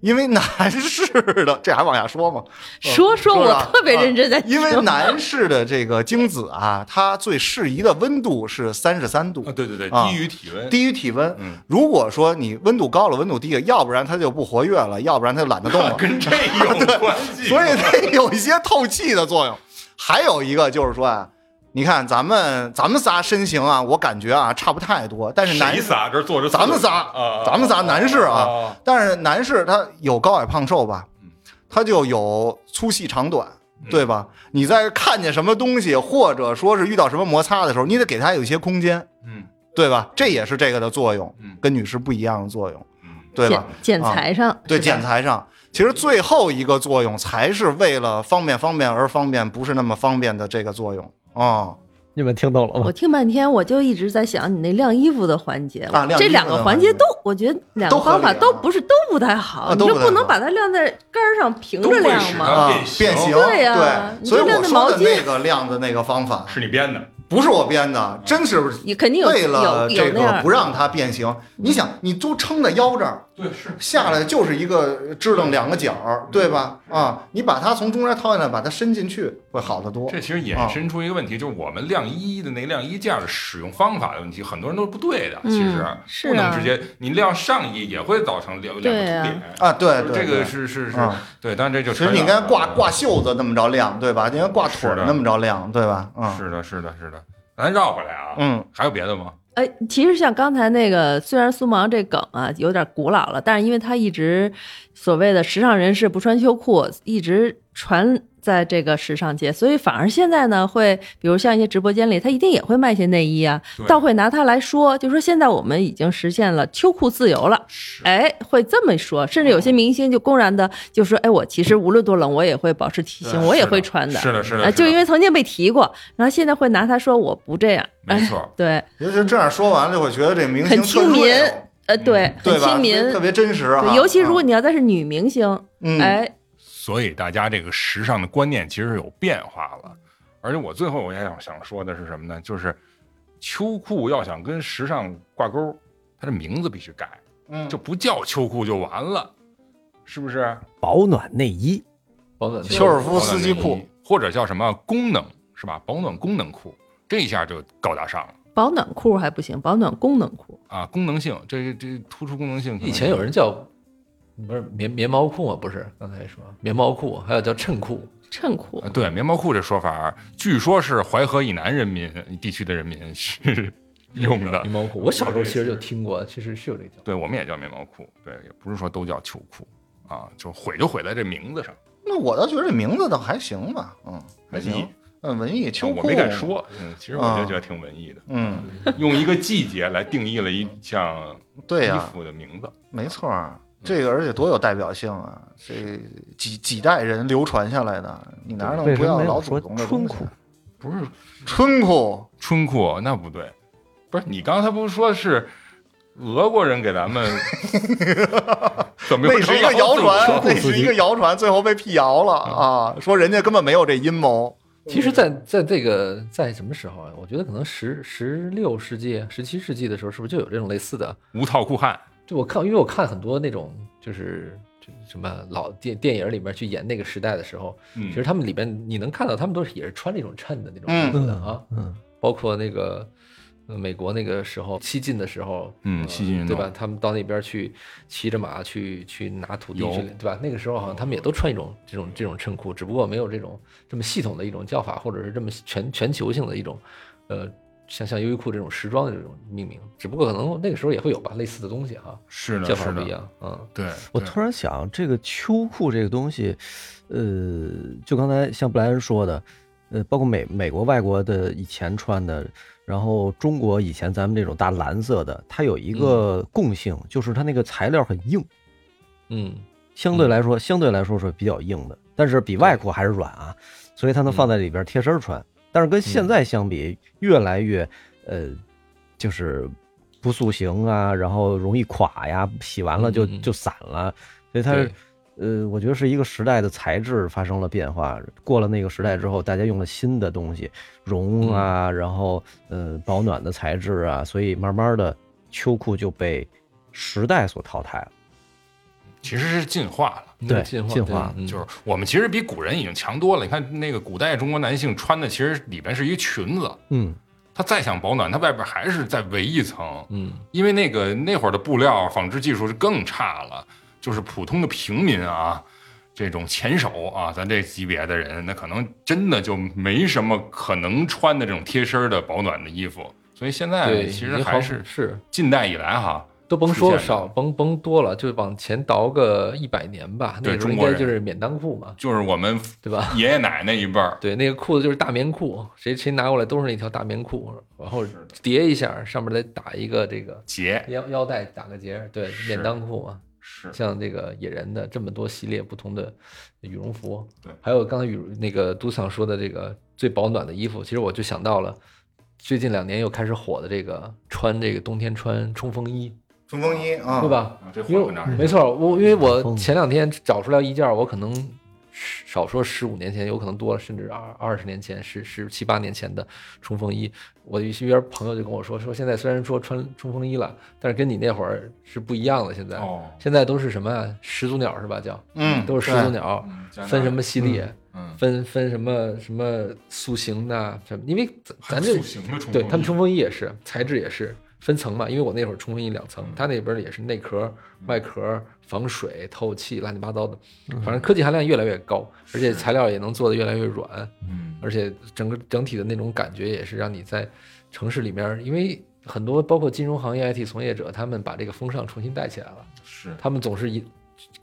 S5: 因为男士的 这还往下说吗？
S7: 说说
S5: 哦说
S7: 我
S5: 了啊
S7: 特别认真在
S3: 哎
S7: 听，
S5: 因为男士的这个精子啊，它最适宜的温度是三十三度
S3: 啊，，对对对，
S5: 啊
S3: 低于体温，
S5: 低于体温。
S3: 嗯。
S5: 如果说你温度高了，温度低了，要不然它就不活跃了，要不然它就懒得动了
S3: 跟这有关 系，
S5: 所以它有一些透气的作用。还有一个就是说啊，你看咱们咱们仨身形啊，我感觉啊差不太多，但是男
S3: 谁仨这坐着四个？
S5: 咱们仨
S3: 啊，
S5: 咱们仨男士啊
S3: 啊，
S5: 但是男士他有高矮胖瘦吧
S3: 嗯，
S5: 他就有粗细长短，对吧？你在看见什么东西，或者说是遇到什么摩擦的时候，你得给他有一些空间，
S3: 嗯
S5: 对吧？这也是这个的作用
S3: 嗯，
S5: 跟女士不一样的作用，
S3: 嗯，
S5: 对吧
S7: 剪？剪
S5: 啊
S7: 裁上，
S5: 对
S7: 是吧
S5: 剪裁上，其实最后一个作用才是为了方便方便而方便，不是那么方便的这个作用啊、
S6: 你们听懂了吗
S7: 我？听半天，我就一直在想你那晾衣服的环节，
S5: 啊晾衣服的
S7: 这两个环节都，我觉得两个方法
S5: 都合理
S7: 都
S5: 啊
S7: 不是都不太好，
S5: 啊
S7: 你
S5: 都不
S7: 这
S5: 太好
S7: 不能把它晾在杆儿上平着
S3: 都会
S7: 晾
S3: 使
S7: 吗？
S3: 啊
S5: 啊，
S3: 变
S5: 变
S3: 形
S5: 形，
S7: 对呀
S5: 对所以
S7: 你就
S5: 我
S7: 晾那
S5: 说
S7: 毛
S5: 的
S7: 巾
S5: 那个晾的那个方法
S3: 是你编的，
S5: 不是我编的，真是
S7: 你肯定有
S5: 为了
S7: 有有
S5: 这
S7: 那
S5: 个
S7: 样
S5: 不让它变形。你想，你都撑在腰这儿
S3: 对是
S5: 下来就是一个支棱两个角儿，对吧？啊，你把它从中间掏下来，把它伸进去，会好得多。
S3: 这其实衍生出一个问题，就是我们晾衣的那晾衣架的使用方法的问题，很多人都是不对的。
S7: 嗯
S3: 其实
S7: 是
S3: 不能
S7: 啊
S3: 直接，你晾上衣也会造成两两个
S7: 对
S3: 凸
S7: 啊
S3: 点。
S5: 啊，对对，
S3: 这个
S5: 对
S3: 是是是
S5: 嗯，
S3: 对，但这就
S5: 其实你应该
S3: 扯远
S5: 挂
S3: 了啊
S5: 挂袖子那么着晾，对吧？应该挂腿
S3: 是
S5: 儿
S3: 的
S5: 那么着晾，对吧？嗯
S3: 是的，是的，是的。咱绕回来啊，
S5: 嗯，
S3: 还有别的吗？
S7: 哎，其实像刚才那个，虽然苏芒这梗啊有点古老了，但是因为他一直所谓的时尚人士不穿秋裤，一直传在这个时尚界，所以反而现在呢，会比如像一些直播间里，他一定也会卖一些内衣啊
S3: 对，
S7: 倒会拿它来说，就说现在我们已经实现了秋裤自由了。
S3: 是哦
S7: 哎，会这么说，甚至有些明星就公然的就说：“哎，我其实无论多冷，我也会保持体型，
S5: 对
S7: 我也
S3: 哎是的
S7: 会穿的。”
S3: 是的，是的，
S7: 啊，
S3: 是的
S7: 就因为曾经被提过，然后现在会拿它说我不这样。
S3: 没
S7: 哎
S3: 错，
S7: 对，
S5: 尤其这样说完了，就会觉得这明星
S7: 很
S5: 特
S7: 亲民
S5: 热情
S7: 呃，对，很
S5: 嗯对吧？
S7: 亲民。
S5: 特别真实哈。
S7: 对尤其如果
S5: 你
S7: 你要再是女明星，
S5: 嗯，
S7: 哎，
S3: 所以大家这个时尚的观念其实是有变化了。而且我最后我也想想说的是什么呢？就是秋裤要想跟时尚挂钩，它的名字必须改，
S5: 嗯
S3: 就不叫秋裤就完了，是不是？
S6: 保暖内衣，
S4: 保暖
S5: 休尔夫斯基
S3: 保暖
S5: 裤
S3: 内衣，或者叫什么功能是吧？保暖功能裤，这一下就高大上了
S7: 保暖裤还不行，保暖功能裤
S3: 啊！功能性，这这突出功能性可能。
S4: 以前有人叫不是棉棉毛裤吗？不是，刚才说棉毛裤，还有叫衬裤，
S7: 衬裤
S3: 啊，对棉毛裤这说法儿，据说是淮河以南人民地区的人民是用的
S7: 啊
S4: 棉。毛裤。我小时候其实就听过，其实是有这条。
S3: 对，我们也叫棉毛裤，对，也不是说都叫秋裤啊，就毁就毁在这名字上。
S5: 那我倒觉得这名字倒还行吧，嗯，还
S3: 文艺哦
S5: 行，嗯，文艺秋裤，
S3: 哎我没敢，说，嗯，啊其实我就觉得挺文艺的，
S5: 嗯，
S3: 用一个季节来定义了一项
S5: 对
S3: 衣
S4: 啊
S5: 呀、
S3: 服的名字。
S5: 没错儿，这个而且多有代表性啊！这几几代人流传下来的，你哪能
S6: 为
S5: 不
S6: 什么
S5: 要
S6: 没有
S5: 老
S6: 说
S5: 祖宗的
S6: 春
S5: 东西
S6: 裤？
S3: 不是
S5: 春裤，
S3: 春裤，那不对，不是你刚才不是说是俄国人给 咱们，怎么又
S5: 那是一个
S3: 成
S5: 谣
S3: 老祖
S4: 啊
S5: 传，
S3: 宗
S5: 那是一个谣 传，最后被辟谣了啊！说人家根本没有这阴谋，
S4: 其实在，在这个在什么时候啊？我觉得可能十十六世纪、十七世纪的时候，是不是就有这种类似的？
S3: 无套裤汉，
S4: 就我看，因为我看很多那种就是就什么老电电影里面去演那个时代的时候，
S3: 嗯，
S4: 其实他们里边你能看到，他们都是也是穿那种衬的那种
S5: 嗯
S4: 衣服的啊，
S6: 嗯，
S4: 包括那个呃美国那个时候西晋的时候，
S3: 嗯
S4: 呃
S3: 西晋运
S4: 对
S3: 动
S4: 吧？他们到那边去骑着马去去拿土地
S3: 有
S4: 之类，对吧？那个时候好像他们也都穿一种这种这种衬裤，只不过没有这种这么系统的一种叫法，或者是这么全全球性的一种，呃。像像优衣库这种时装的这种命名，只不过可能那个时候也会有吧，类似的东西啊，
S3: 是
S4: 叫
S3: 的，
S4: 法
S3: 是
S4: 不一
S3: 的，
S4: 样，嗯，
S3: 对，
S6: 我
S3: 对
S6: 突然想，这个秋裤这个东西，呃，就刚才像布莱恩说的，呃，包括美美国、外国的以前穿的，然后中国以前咱们这种大蓝色的，它有一个共性，就是它那个材料很硬，
S4: 嗯，
S6: 相对来说、相对来说是比较硬的，但是比外裤还是软啊，所以它能放在里边贴身穿。但是跟现在相比，越来越呃，就是不塑形啊，然后容易垮呀，洗完了就
S4: 嗯嗯嗯
S6: 就散了，所以它
S4: 对
S6: 是。呃，我觉得是一个时代的材质发生了变化。过了那个时代之后，大家用了新的东西，绒啊，然后呃保暖的材质啊，所以慢慢的秋裤就被时代所淘汰了。
S3: 其实是进化了。
S4: 应
S6: 对
S4: 该进化
S6: 进
S4: 对
S6: 化
S4: 嗯
S3: 就是我们其实比古人已经强多了。你看那个古代中国男性穿的，其实里边是一裙子，
S6: 嗯，
S3: 他再想保暖，他外边还是再围一层，
S4: 嗯，
S3: 因为那个那会儿的布料啊纺织技术是更差了，就是普通的平民啊，这种前手啊，咱这级别的人，那可能真的就没什么可能穿的这种贴身的保暖的衣服。所以现在
S4: 对，
S3: 其实
S4: 银
S3: 还
S4: 行
S3: 是
S4: 是
S3: 近代以来哈，
S4: 都甭
S3: 出
S4: 说
S3: 现的
S4: 少，甭甭多了，就往前倒个一百年吧。那
S3: 对
S4: 个时候
S3: 中
S4: 应
S3: 国
S4: 该
S3: 人
S4: 就是免裆裤嘛，
S3: 就是我们
S4: 对吧？
S3: 爷爷奶奶一辈儿
S4: 对，那个裤子就是大棉裤，谁谁拿过来都是那条大棉裤，然后叠一下，上面再打一个这个
S3: 结
S4: 腰腰带，打个结儿，对，
S3: 是
S4: 免裆裤嘛。
S3: 是
S4: 像这个野人的这么多系列不同的羽绒服，
S3: 对
S4: 还有刚才羽那个都想说的这个最保暖的衣服，其实我就想到了最近两年又开始火的这个穿这个冬天穿冲锋衣，
S5: 冲锋衣啊，
S4: 对？吧？
S3: 啊这
S4: 因为
S3: 混账
S4: 没错，我因为我
S6: 疯
S4: 前两天找出来一件儿，我可能十少说十五年前，有可能多了，甚至二二十年前、十十七八年前的冲锋衣。我有一些朋友就跟我说，说现在虽然说穿冲锋衣了，但是跟你那会儿是不一样的。现在、
S3: 哦，
S4: 现在都是什么呀？始祖鸟是吧？叫
S5: 嗯，
S4: 都是始
S5: 对
S4: 祖鸟，
S3: 嗯
S4: 分什么？系列，
S3: 嗯，
S4: 分分什么什么塑形的什么，因为咱咱这
S3: 塑形的冲嗯
S4: 对
S3: 锋
S4: 他们
S3: 衣
S4: 冲锋衣也是材质也是分层嘛，因为我那会儿冲锋衣两
S3: 嗯
S4: 层，它那边儿也是内壳、外壳、防水、透气，乱七八糟的，
S3: 嗯
S4: 反正科技含量越来越高，而且材料也能做得越来越软，
S3: 嗯
S4: 而且整个整体的那种感觉也是让你在城市里面儿，因为很多包括金融行业 IT 从业者，他们把这个风尚重新带起来了，
S3: 是，
S4: 他们总是以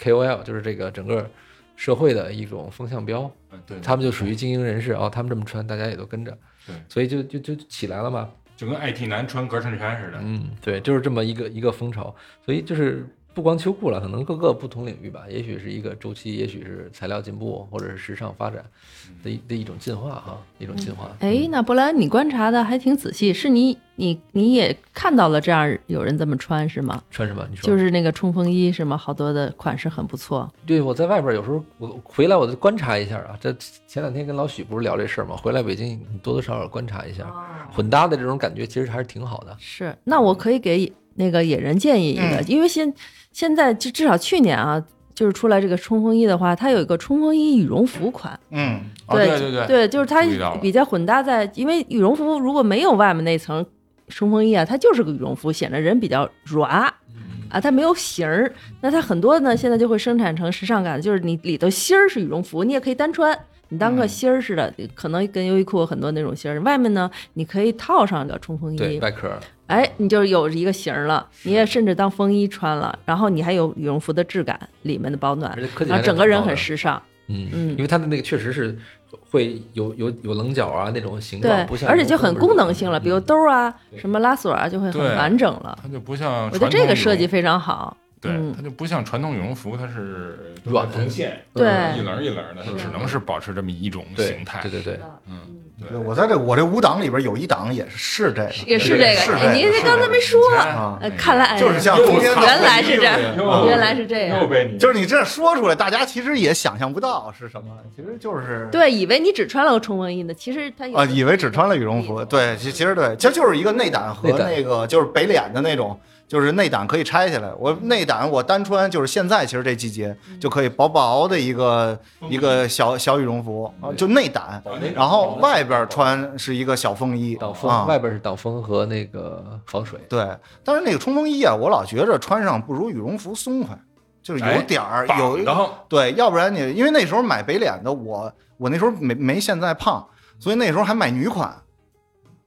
S4: KOL 就是这个整个社会的一种风向标，
S3: 嗯对，
S4: 他们就属于精英人士啊、他们这么穿，大家也都跟着，
S3: 对
S4: 所以就就就起来了嘛。
S3: 就跟 IT 男穿格衬衫似的，
S4: 嗯，对，就是这么一个一个风潮，所以就是不光秋裤了，可能各个不同领域吧，也许是一个周期，也许是材料进步，或者是时尚发展
S3: 嗯
S4: 的一的一种进化哈，一种进化。
S7: 哎，
S5: 嗯
S7: 那波兰，你观察的还挺仔细，是你你你也看到了这样有人这么穿是吗？
S4: 穿什么？你说
S7: 就是那个冲锋衣是吗？好多的款式很不错。
S4: 对，我在外边有时候我回来我就观察一下啊，这前两天跟老许不是聊这事儿嘛，回来北京你多多少少观察一下，
S7: 哦
S4: 混搭的这种感觉其实还是挺好的。
S7: 是，
S5: 嗯
S7: 那我可以给那个野人建议一个，因为现现在就至少去年啊，就是出来这个冲锋衣的话，它有一个冲锋衣羽绒服款，
S5: 嗯
S3: 哦
S7: 对
S3: 对对，
S7: 对，就是它
S3: 注意到了
S7: 比较混搭在，因为羽绒服如果没有外面那层冲锋衣啊，它就是个羽绒服，显得人比较软。啊，它没有型儿，那它很多呢，现在就会生产成时尚感，就是你里头芯儿是羽绒服，你也可以单穿，你当个
S5: 嗯
S7: 芯儿似的，可能跟优衣库很多那种芯儿。外面呢，你可以套上个冲锋衣，
S4: 对，外壳，
S7: 哎，你就有一个型儿了，你也甚至当风衣穿了，然后你还有羽绒服的质感，里面的保暖
S4: 而，且科技含
S7: 然
S4: 量
S7: 后整个人
S4: 高的
S7: 很时尚，
S4: 嗯
S7: 嗯
S4: 因为它的那个确实是会有有有棱角啊那种形
S7: 对
S4: 状，不，像
S7: 而
S4: 那
S7: 且
S4: 种
S7: 就很
S4: 工具
S7: 功能性了，比如
S4: 嗯
S7: 兜啊、
S4: 对
S7: 什么拉锁啊，就会很
S3: 对
S7: 完整了。
S3: 它就不像
S7: 我觉得
S3: 传
S7: 这
S3: 统
S7: 个
S3: 羽
S7: 设计
S3: 绒，
S7: 非常好，嗯
S3: 对，它就不像传统羽绒服，它是
S4: 软
S3: 缝线，
S7: 对
S3: 一棱一棱的，它只能是保持这么一种
S4: 对
S3: 形态
S4: 对。对对，
S3: 嗯，对
S5: 对我在这我这五档里边有一档也是这个，
S7: 也是这
S5: 是
S7: 个。哎
S5: 这
S7: 您
S5: 个
S7: 这刚才没说，
S5: 啊，
S7: 呃，看来
S5: 就是像
S7: 哎
S5: 冬天的
S7: 原来是这样，
S3: 又
S7: 哦原来是这样
S3: 又。被你
S5: 就是你这说出来，大家其实也想象不到是什么，其实就是
S7: 对，以为你只穿了个冲锋衣呢，其实它有
S5: 啊，以为只穿了羽绒服，对，其其实对，其实就是一个内胆和
S4: 内胆
S5: 那个就是北脸的那种，就是内胆可以拆下来。我内胆我单穿，就是现在其实这季节
S7: 嗯
S5: 就可以薄薄的一个一个小小羽绒服，啊就内胆，然后外边穿是一个小风衣
S4: 挡风、
S5: 啊。
S4: 外边是挡风和那个防水，
S5: 对，但是那个冲锋衣啊，我老觉着穿上不如羽绒服松快，就是有
S3: 哎
S5: 点儿
S3: 绑
S5: 有
S3: 的
S5: 对，要不然你因为那时候买北脸的，我我那时候没没现在胖，所以那时候还买女款，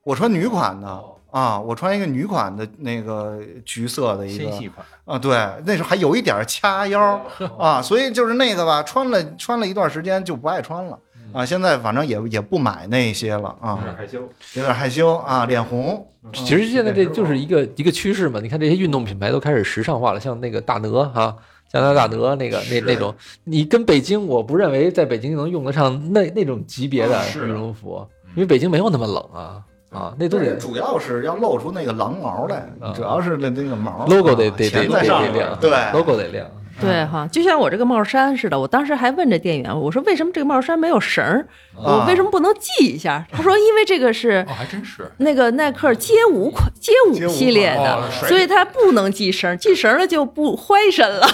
S5: 我穿女款的啊，我穿一个女款的那个橘色的一个
S3: 纤细款，
S5: 啊，对，那时候还有一点儿掐 腰啊，所以就是那个吧，穿了穿了一段时间就不爱穿了
S4: 嗯
S5: 啊，现在反正也也不买那些了啊，
S3: 害羞。
S5: 有点害羞啊，脸红，
S4: 嗯其
S3: 嗯
S4: 实现在这就是一个一个趋势嘛。你看这些运动品牌都开始时尚化了，像那个大鹅啊，加拿大鹅那个那那种，你跟北京，我不认为在北京能用得上那那种级别的
S3: 啊是嗯啊
S4: 羽绒服，因为北京没有那么冷啊啊，那都
S5: 对，
S4: 得
S5: 主要是要露出那个狼毛来
S4: 啊，
S5: 主要是那那个毛
S4: logo
S5: 啊
S4: 得得得
S5: 钱
S4: 得
S5: 在
S4: 得
S5: 上
S4: 得
S5: 面
S4: 亮，
S5: 对啊
S4: logo 得亮，
S5: 嗯
S7: 对哈，就像我这个帽衫似的，我当时还问这店员，我说为什么这个帽衫没有绳儿，我
S5: 啊
S7: 为什么不能系一下？他说因为这个是
S3: 哦，还真是。
S7: 那个耐克街舞款街舞系列
S3: 款
S7: 的
S5: 啊
S3: 哦，甩
S7: 所以它不能系绳，系绳了就不欢身了。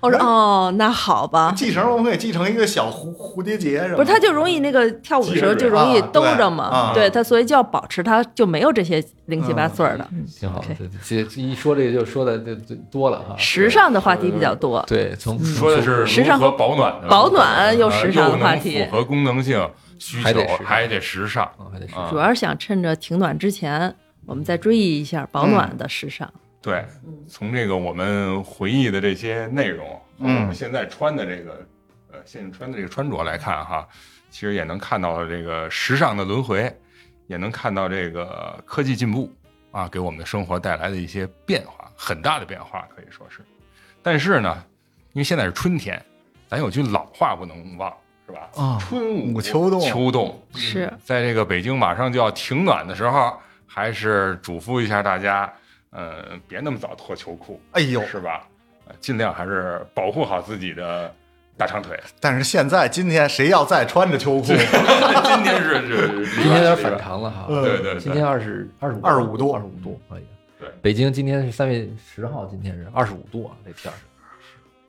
S7: 我说哦，那好吧，
S5: 系绳，我们可以系成一个小蝴蝴蝶结什么的。
S7: 不是它就容易那个跳舞的时候就容易兜着嘛
S5: 啊，对
S7: 对它，所以就要保持它就没有这些零七八碎儿的。
S4: 挺好的
S7: OK。
S4: 这这一说这个就说的就就多了哈。
S7: 时尚的话题比较多，
S4: 对，从
S3: 说的是
S7: 嗯时
S3: 如
S7: 尚
S3: 何保暖的，
S7: 保暖又
S3: 呃
S7: 时尚的
S3: 能
S7: 话题
S3: 符合功能性需
S4: 还
S3: 求
S4: 得时，尚
S3: 还得时尚。
S4: 啊，还得是
S3: 啊
S7: 主要是想趁着停暖之前，我们再追忆一下保暖的时尚。
S3: 对，从这个我们回忆的这些内容，和
S5: 嗯
S3: 我们现在穿的这个，呃，现在穿的这个穿着来看哈，其实也能看到这个时尚的轮回，也能看到这个科技进步啊，给我们的生活带来的一些变化，很大的变化可以说是。但是呢，因为现在是春天，咱有句老话不能忘，是吧？
S5: 啊
S3: 春
S5: 捂
S3: 捂
S5: 秋冻
S3: 秋冻
S7: 是
S3: 在这个北京马上就要停暖的时候，还是嘱咐一下大家，呃，别那么早脱秋裤，
S5: 哎呦，
S3: 是吧？呃尽量还是保护好自己的大长腿。
S5: 但是现在今天谁要再穿着秋裤，
S3: 今天是是，是
S4: 今天有点反，常了哈。
S5: 嗯
S3: 对对对，
S4: 今天二十二十五
S5: 25度
S4: 二十五度可以。
S3: 对
S4: 北京今天是三月十号，今天是二十五度啊，这天儿，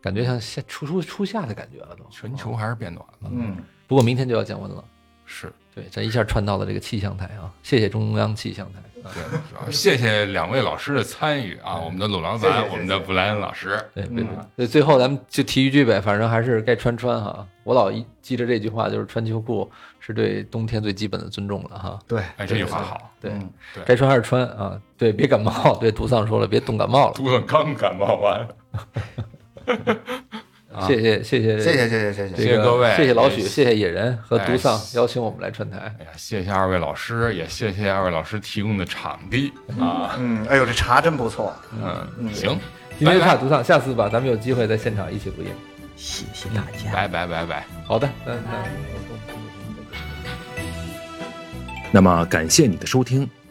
S4: 感觉像夏初初初夏的感觉了都。啊
S3: 全球还是变暖了，
S5: 嗯，
S4: 不过明天就要降温了，
S3: 是
S4: 对，这一下串到了这个气象台啊，谢谢中央气象台。啊
S3: 对。主要是谢谢两位老师的参与啊，我们的鲁老
S5: 谢谢
S3: 板，
S5: 谢
S3: 我们的布莱恩老师，
S4: 对对对，对最后咱们就提一句呗，反正还是该穿穿哈。我老一记着这句话，就是穿秋裤是对冬天最基本的尊重了哈。
S5: 对，
S3: 哎，这句话好，
S4: 对，
S5: 嗯
S3: 对
S4: 该穿还是穿啊，对，别感冒。对，杜丧说了，别冻感冒了。
S3: 杜总刚感冒 完，啊
S4: 谢谢谢谢
S5: 谢谢谢谢谢谢，
S4: 这个
S3: 谢谢各位
S4: 谢谢老许，
S3: 也
S4: 谢谢野人和独丧
S3: 哎
S4: 邀请我们来串台。
S3: 哎呀，谢谢二位老师，也谢谢二位老师提供的场地啊，
S5: 嗯，哎呦，这茶真不错，
S3: 嗯，行，
S4: 今天就差独丧，下次吧，咱们有机会在现场一起录音。
S1: 谢谢大家。
S3: 拜拜拜拜。
S4: 好的，那那。
S8: 那么感谢你的收听，《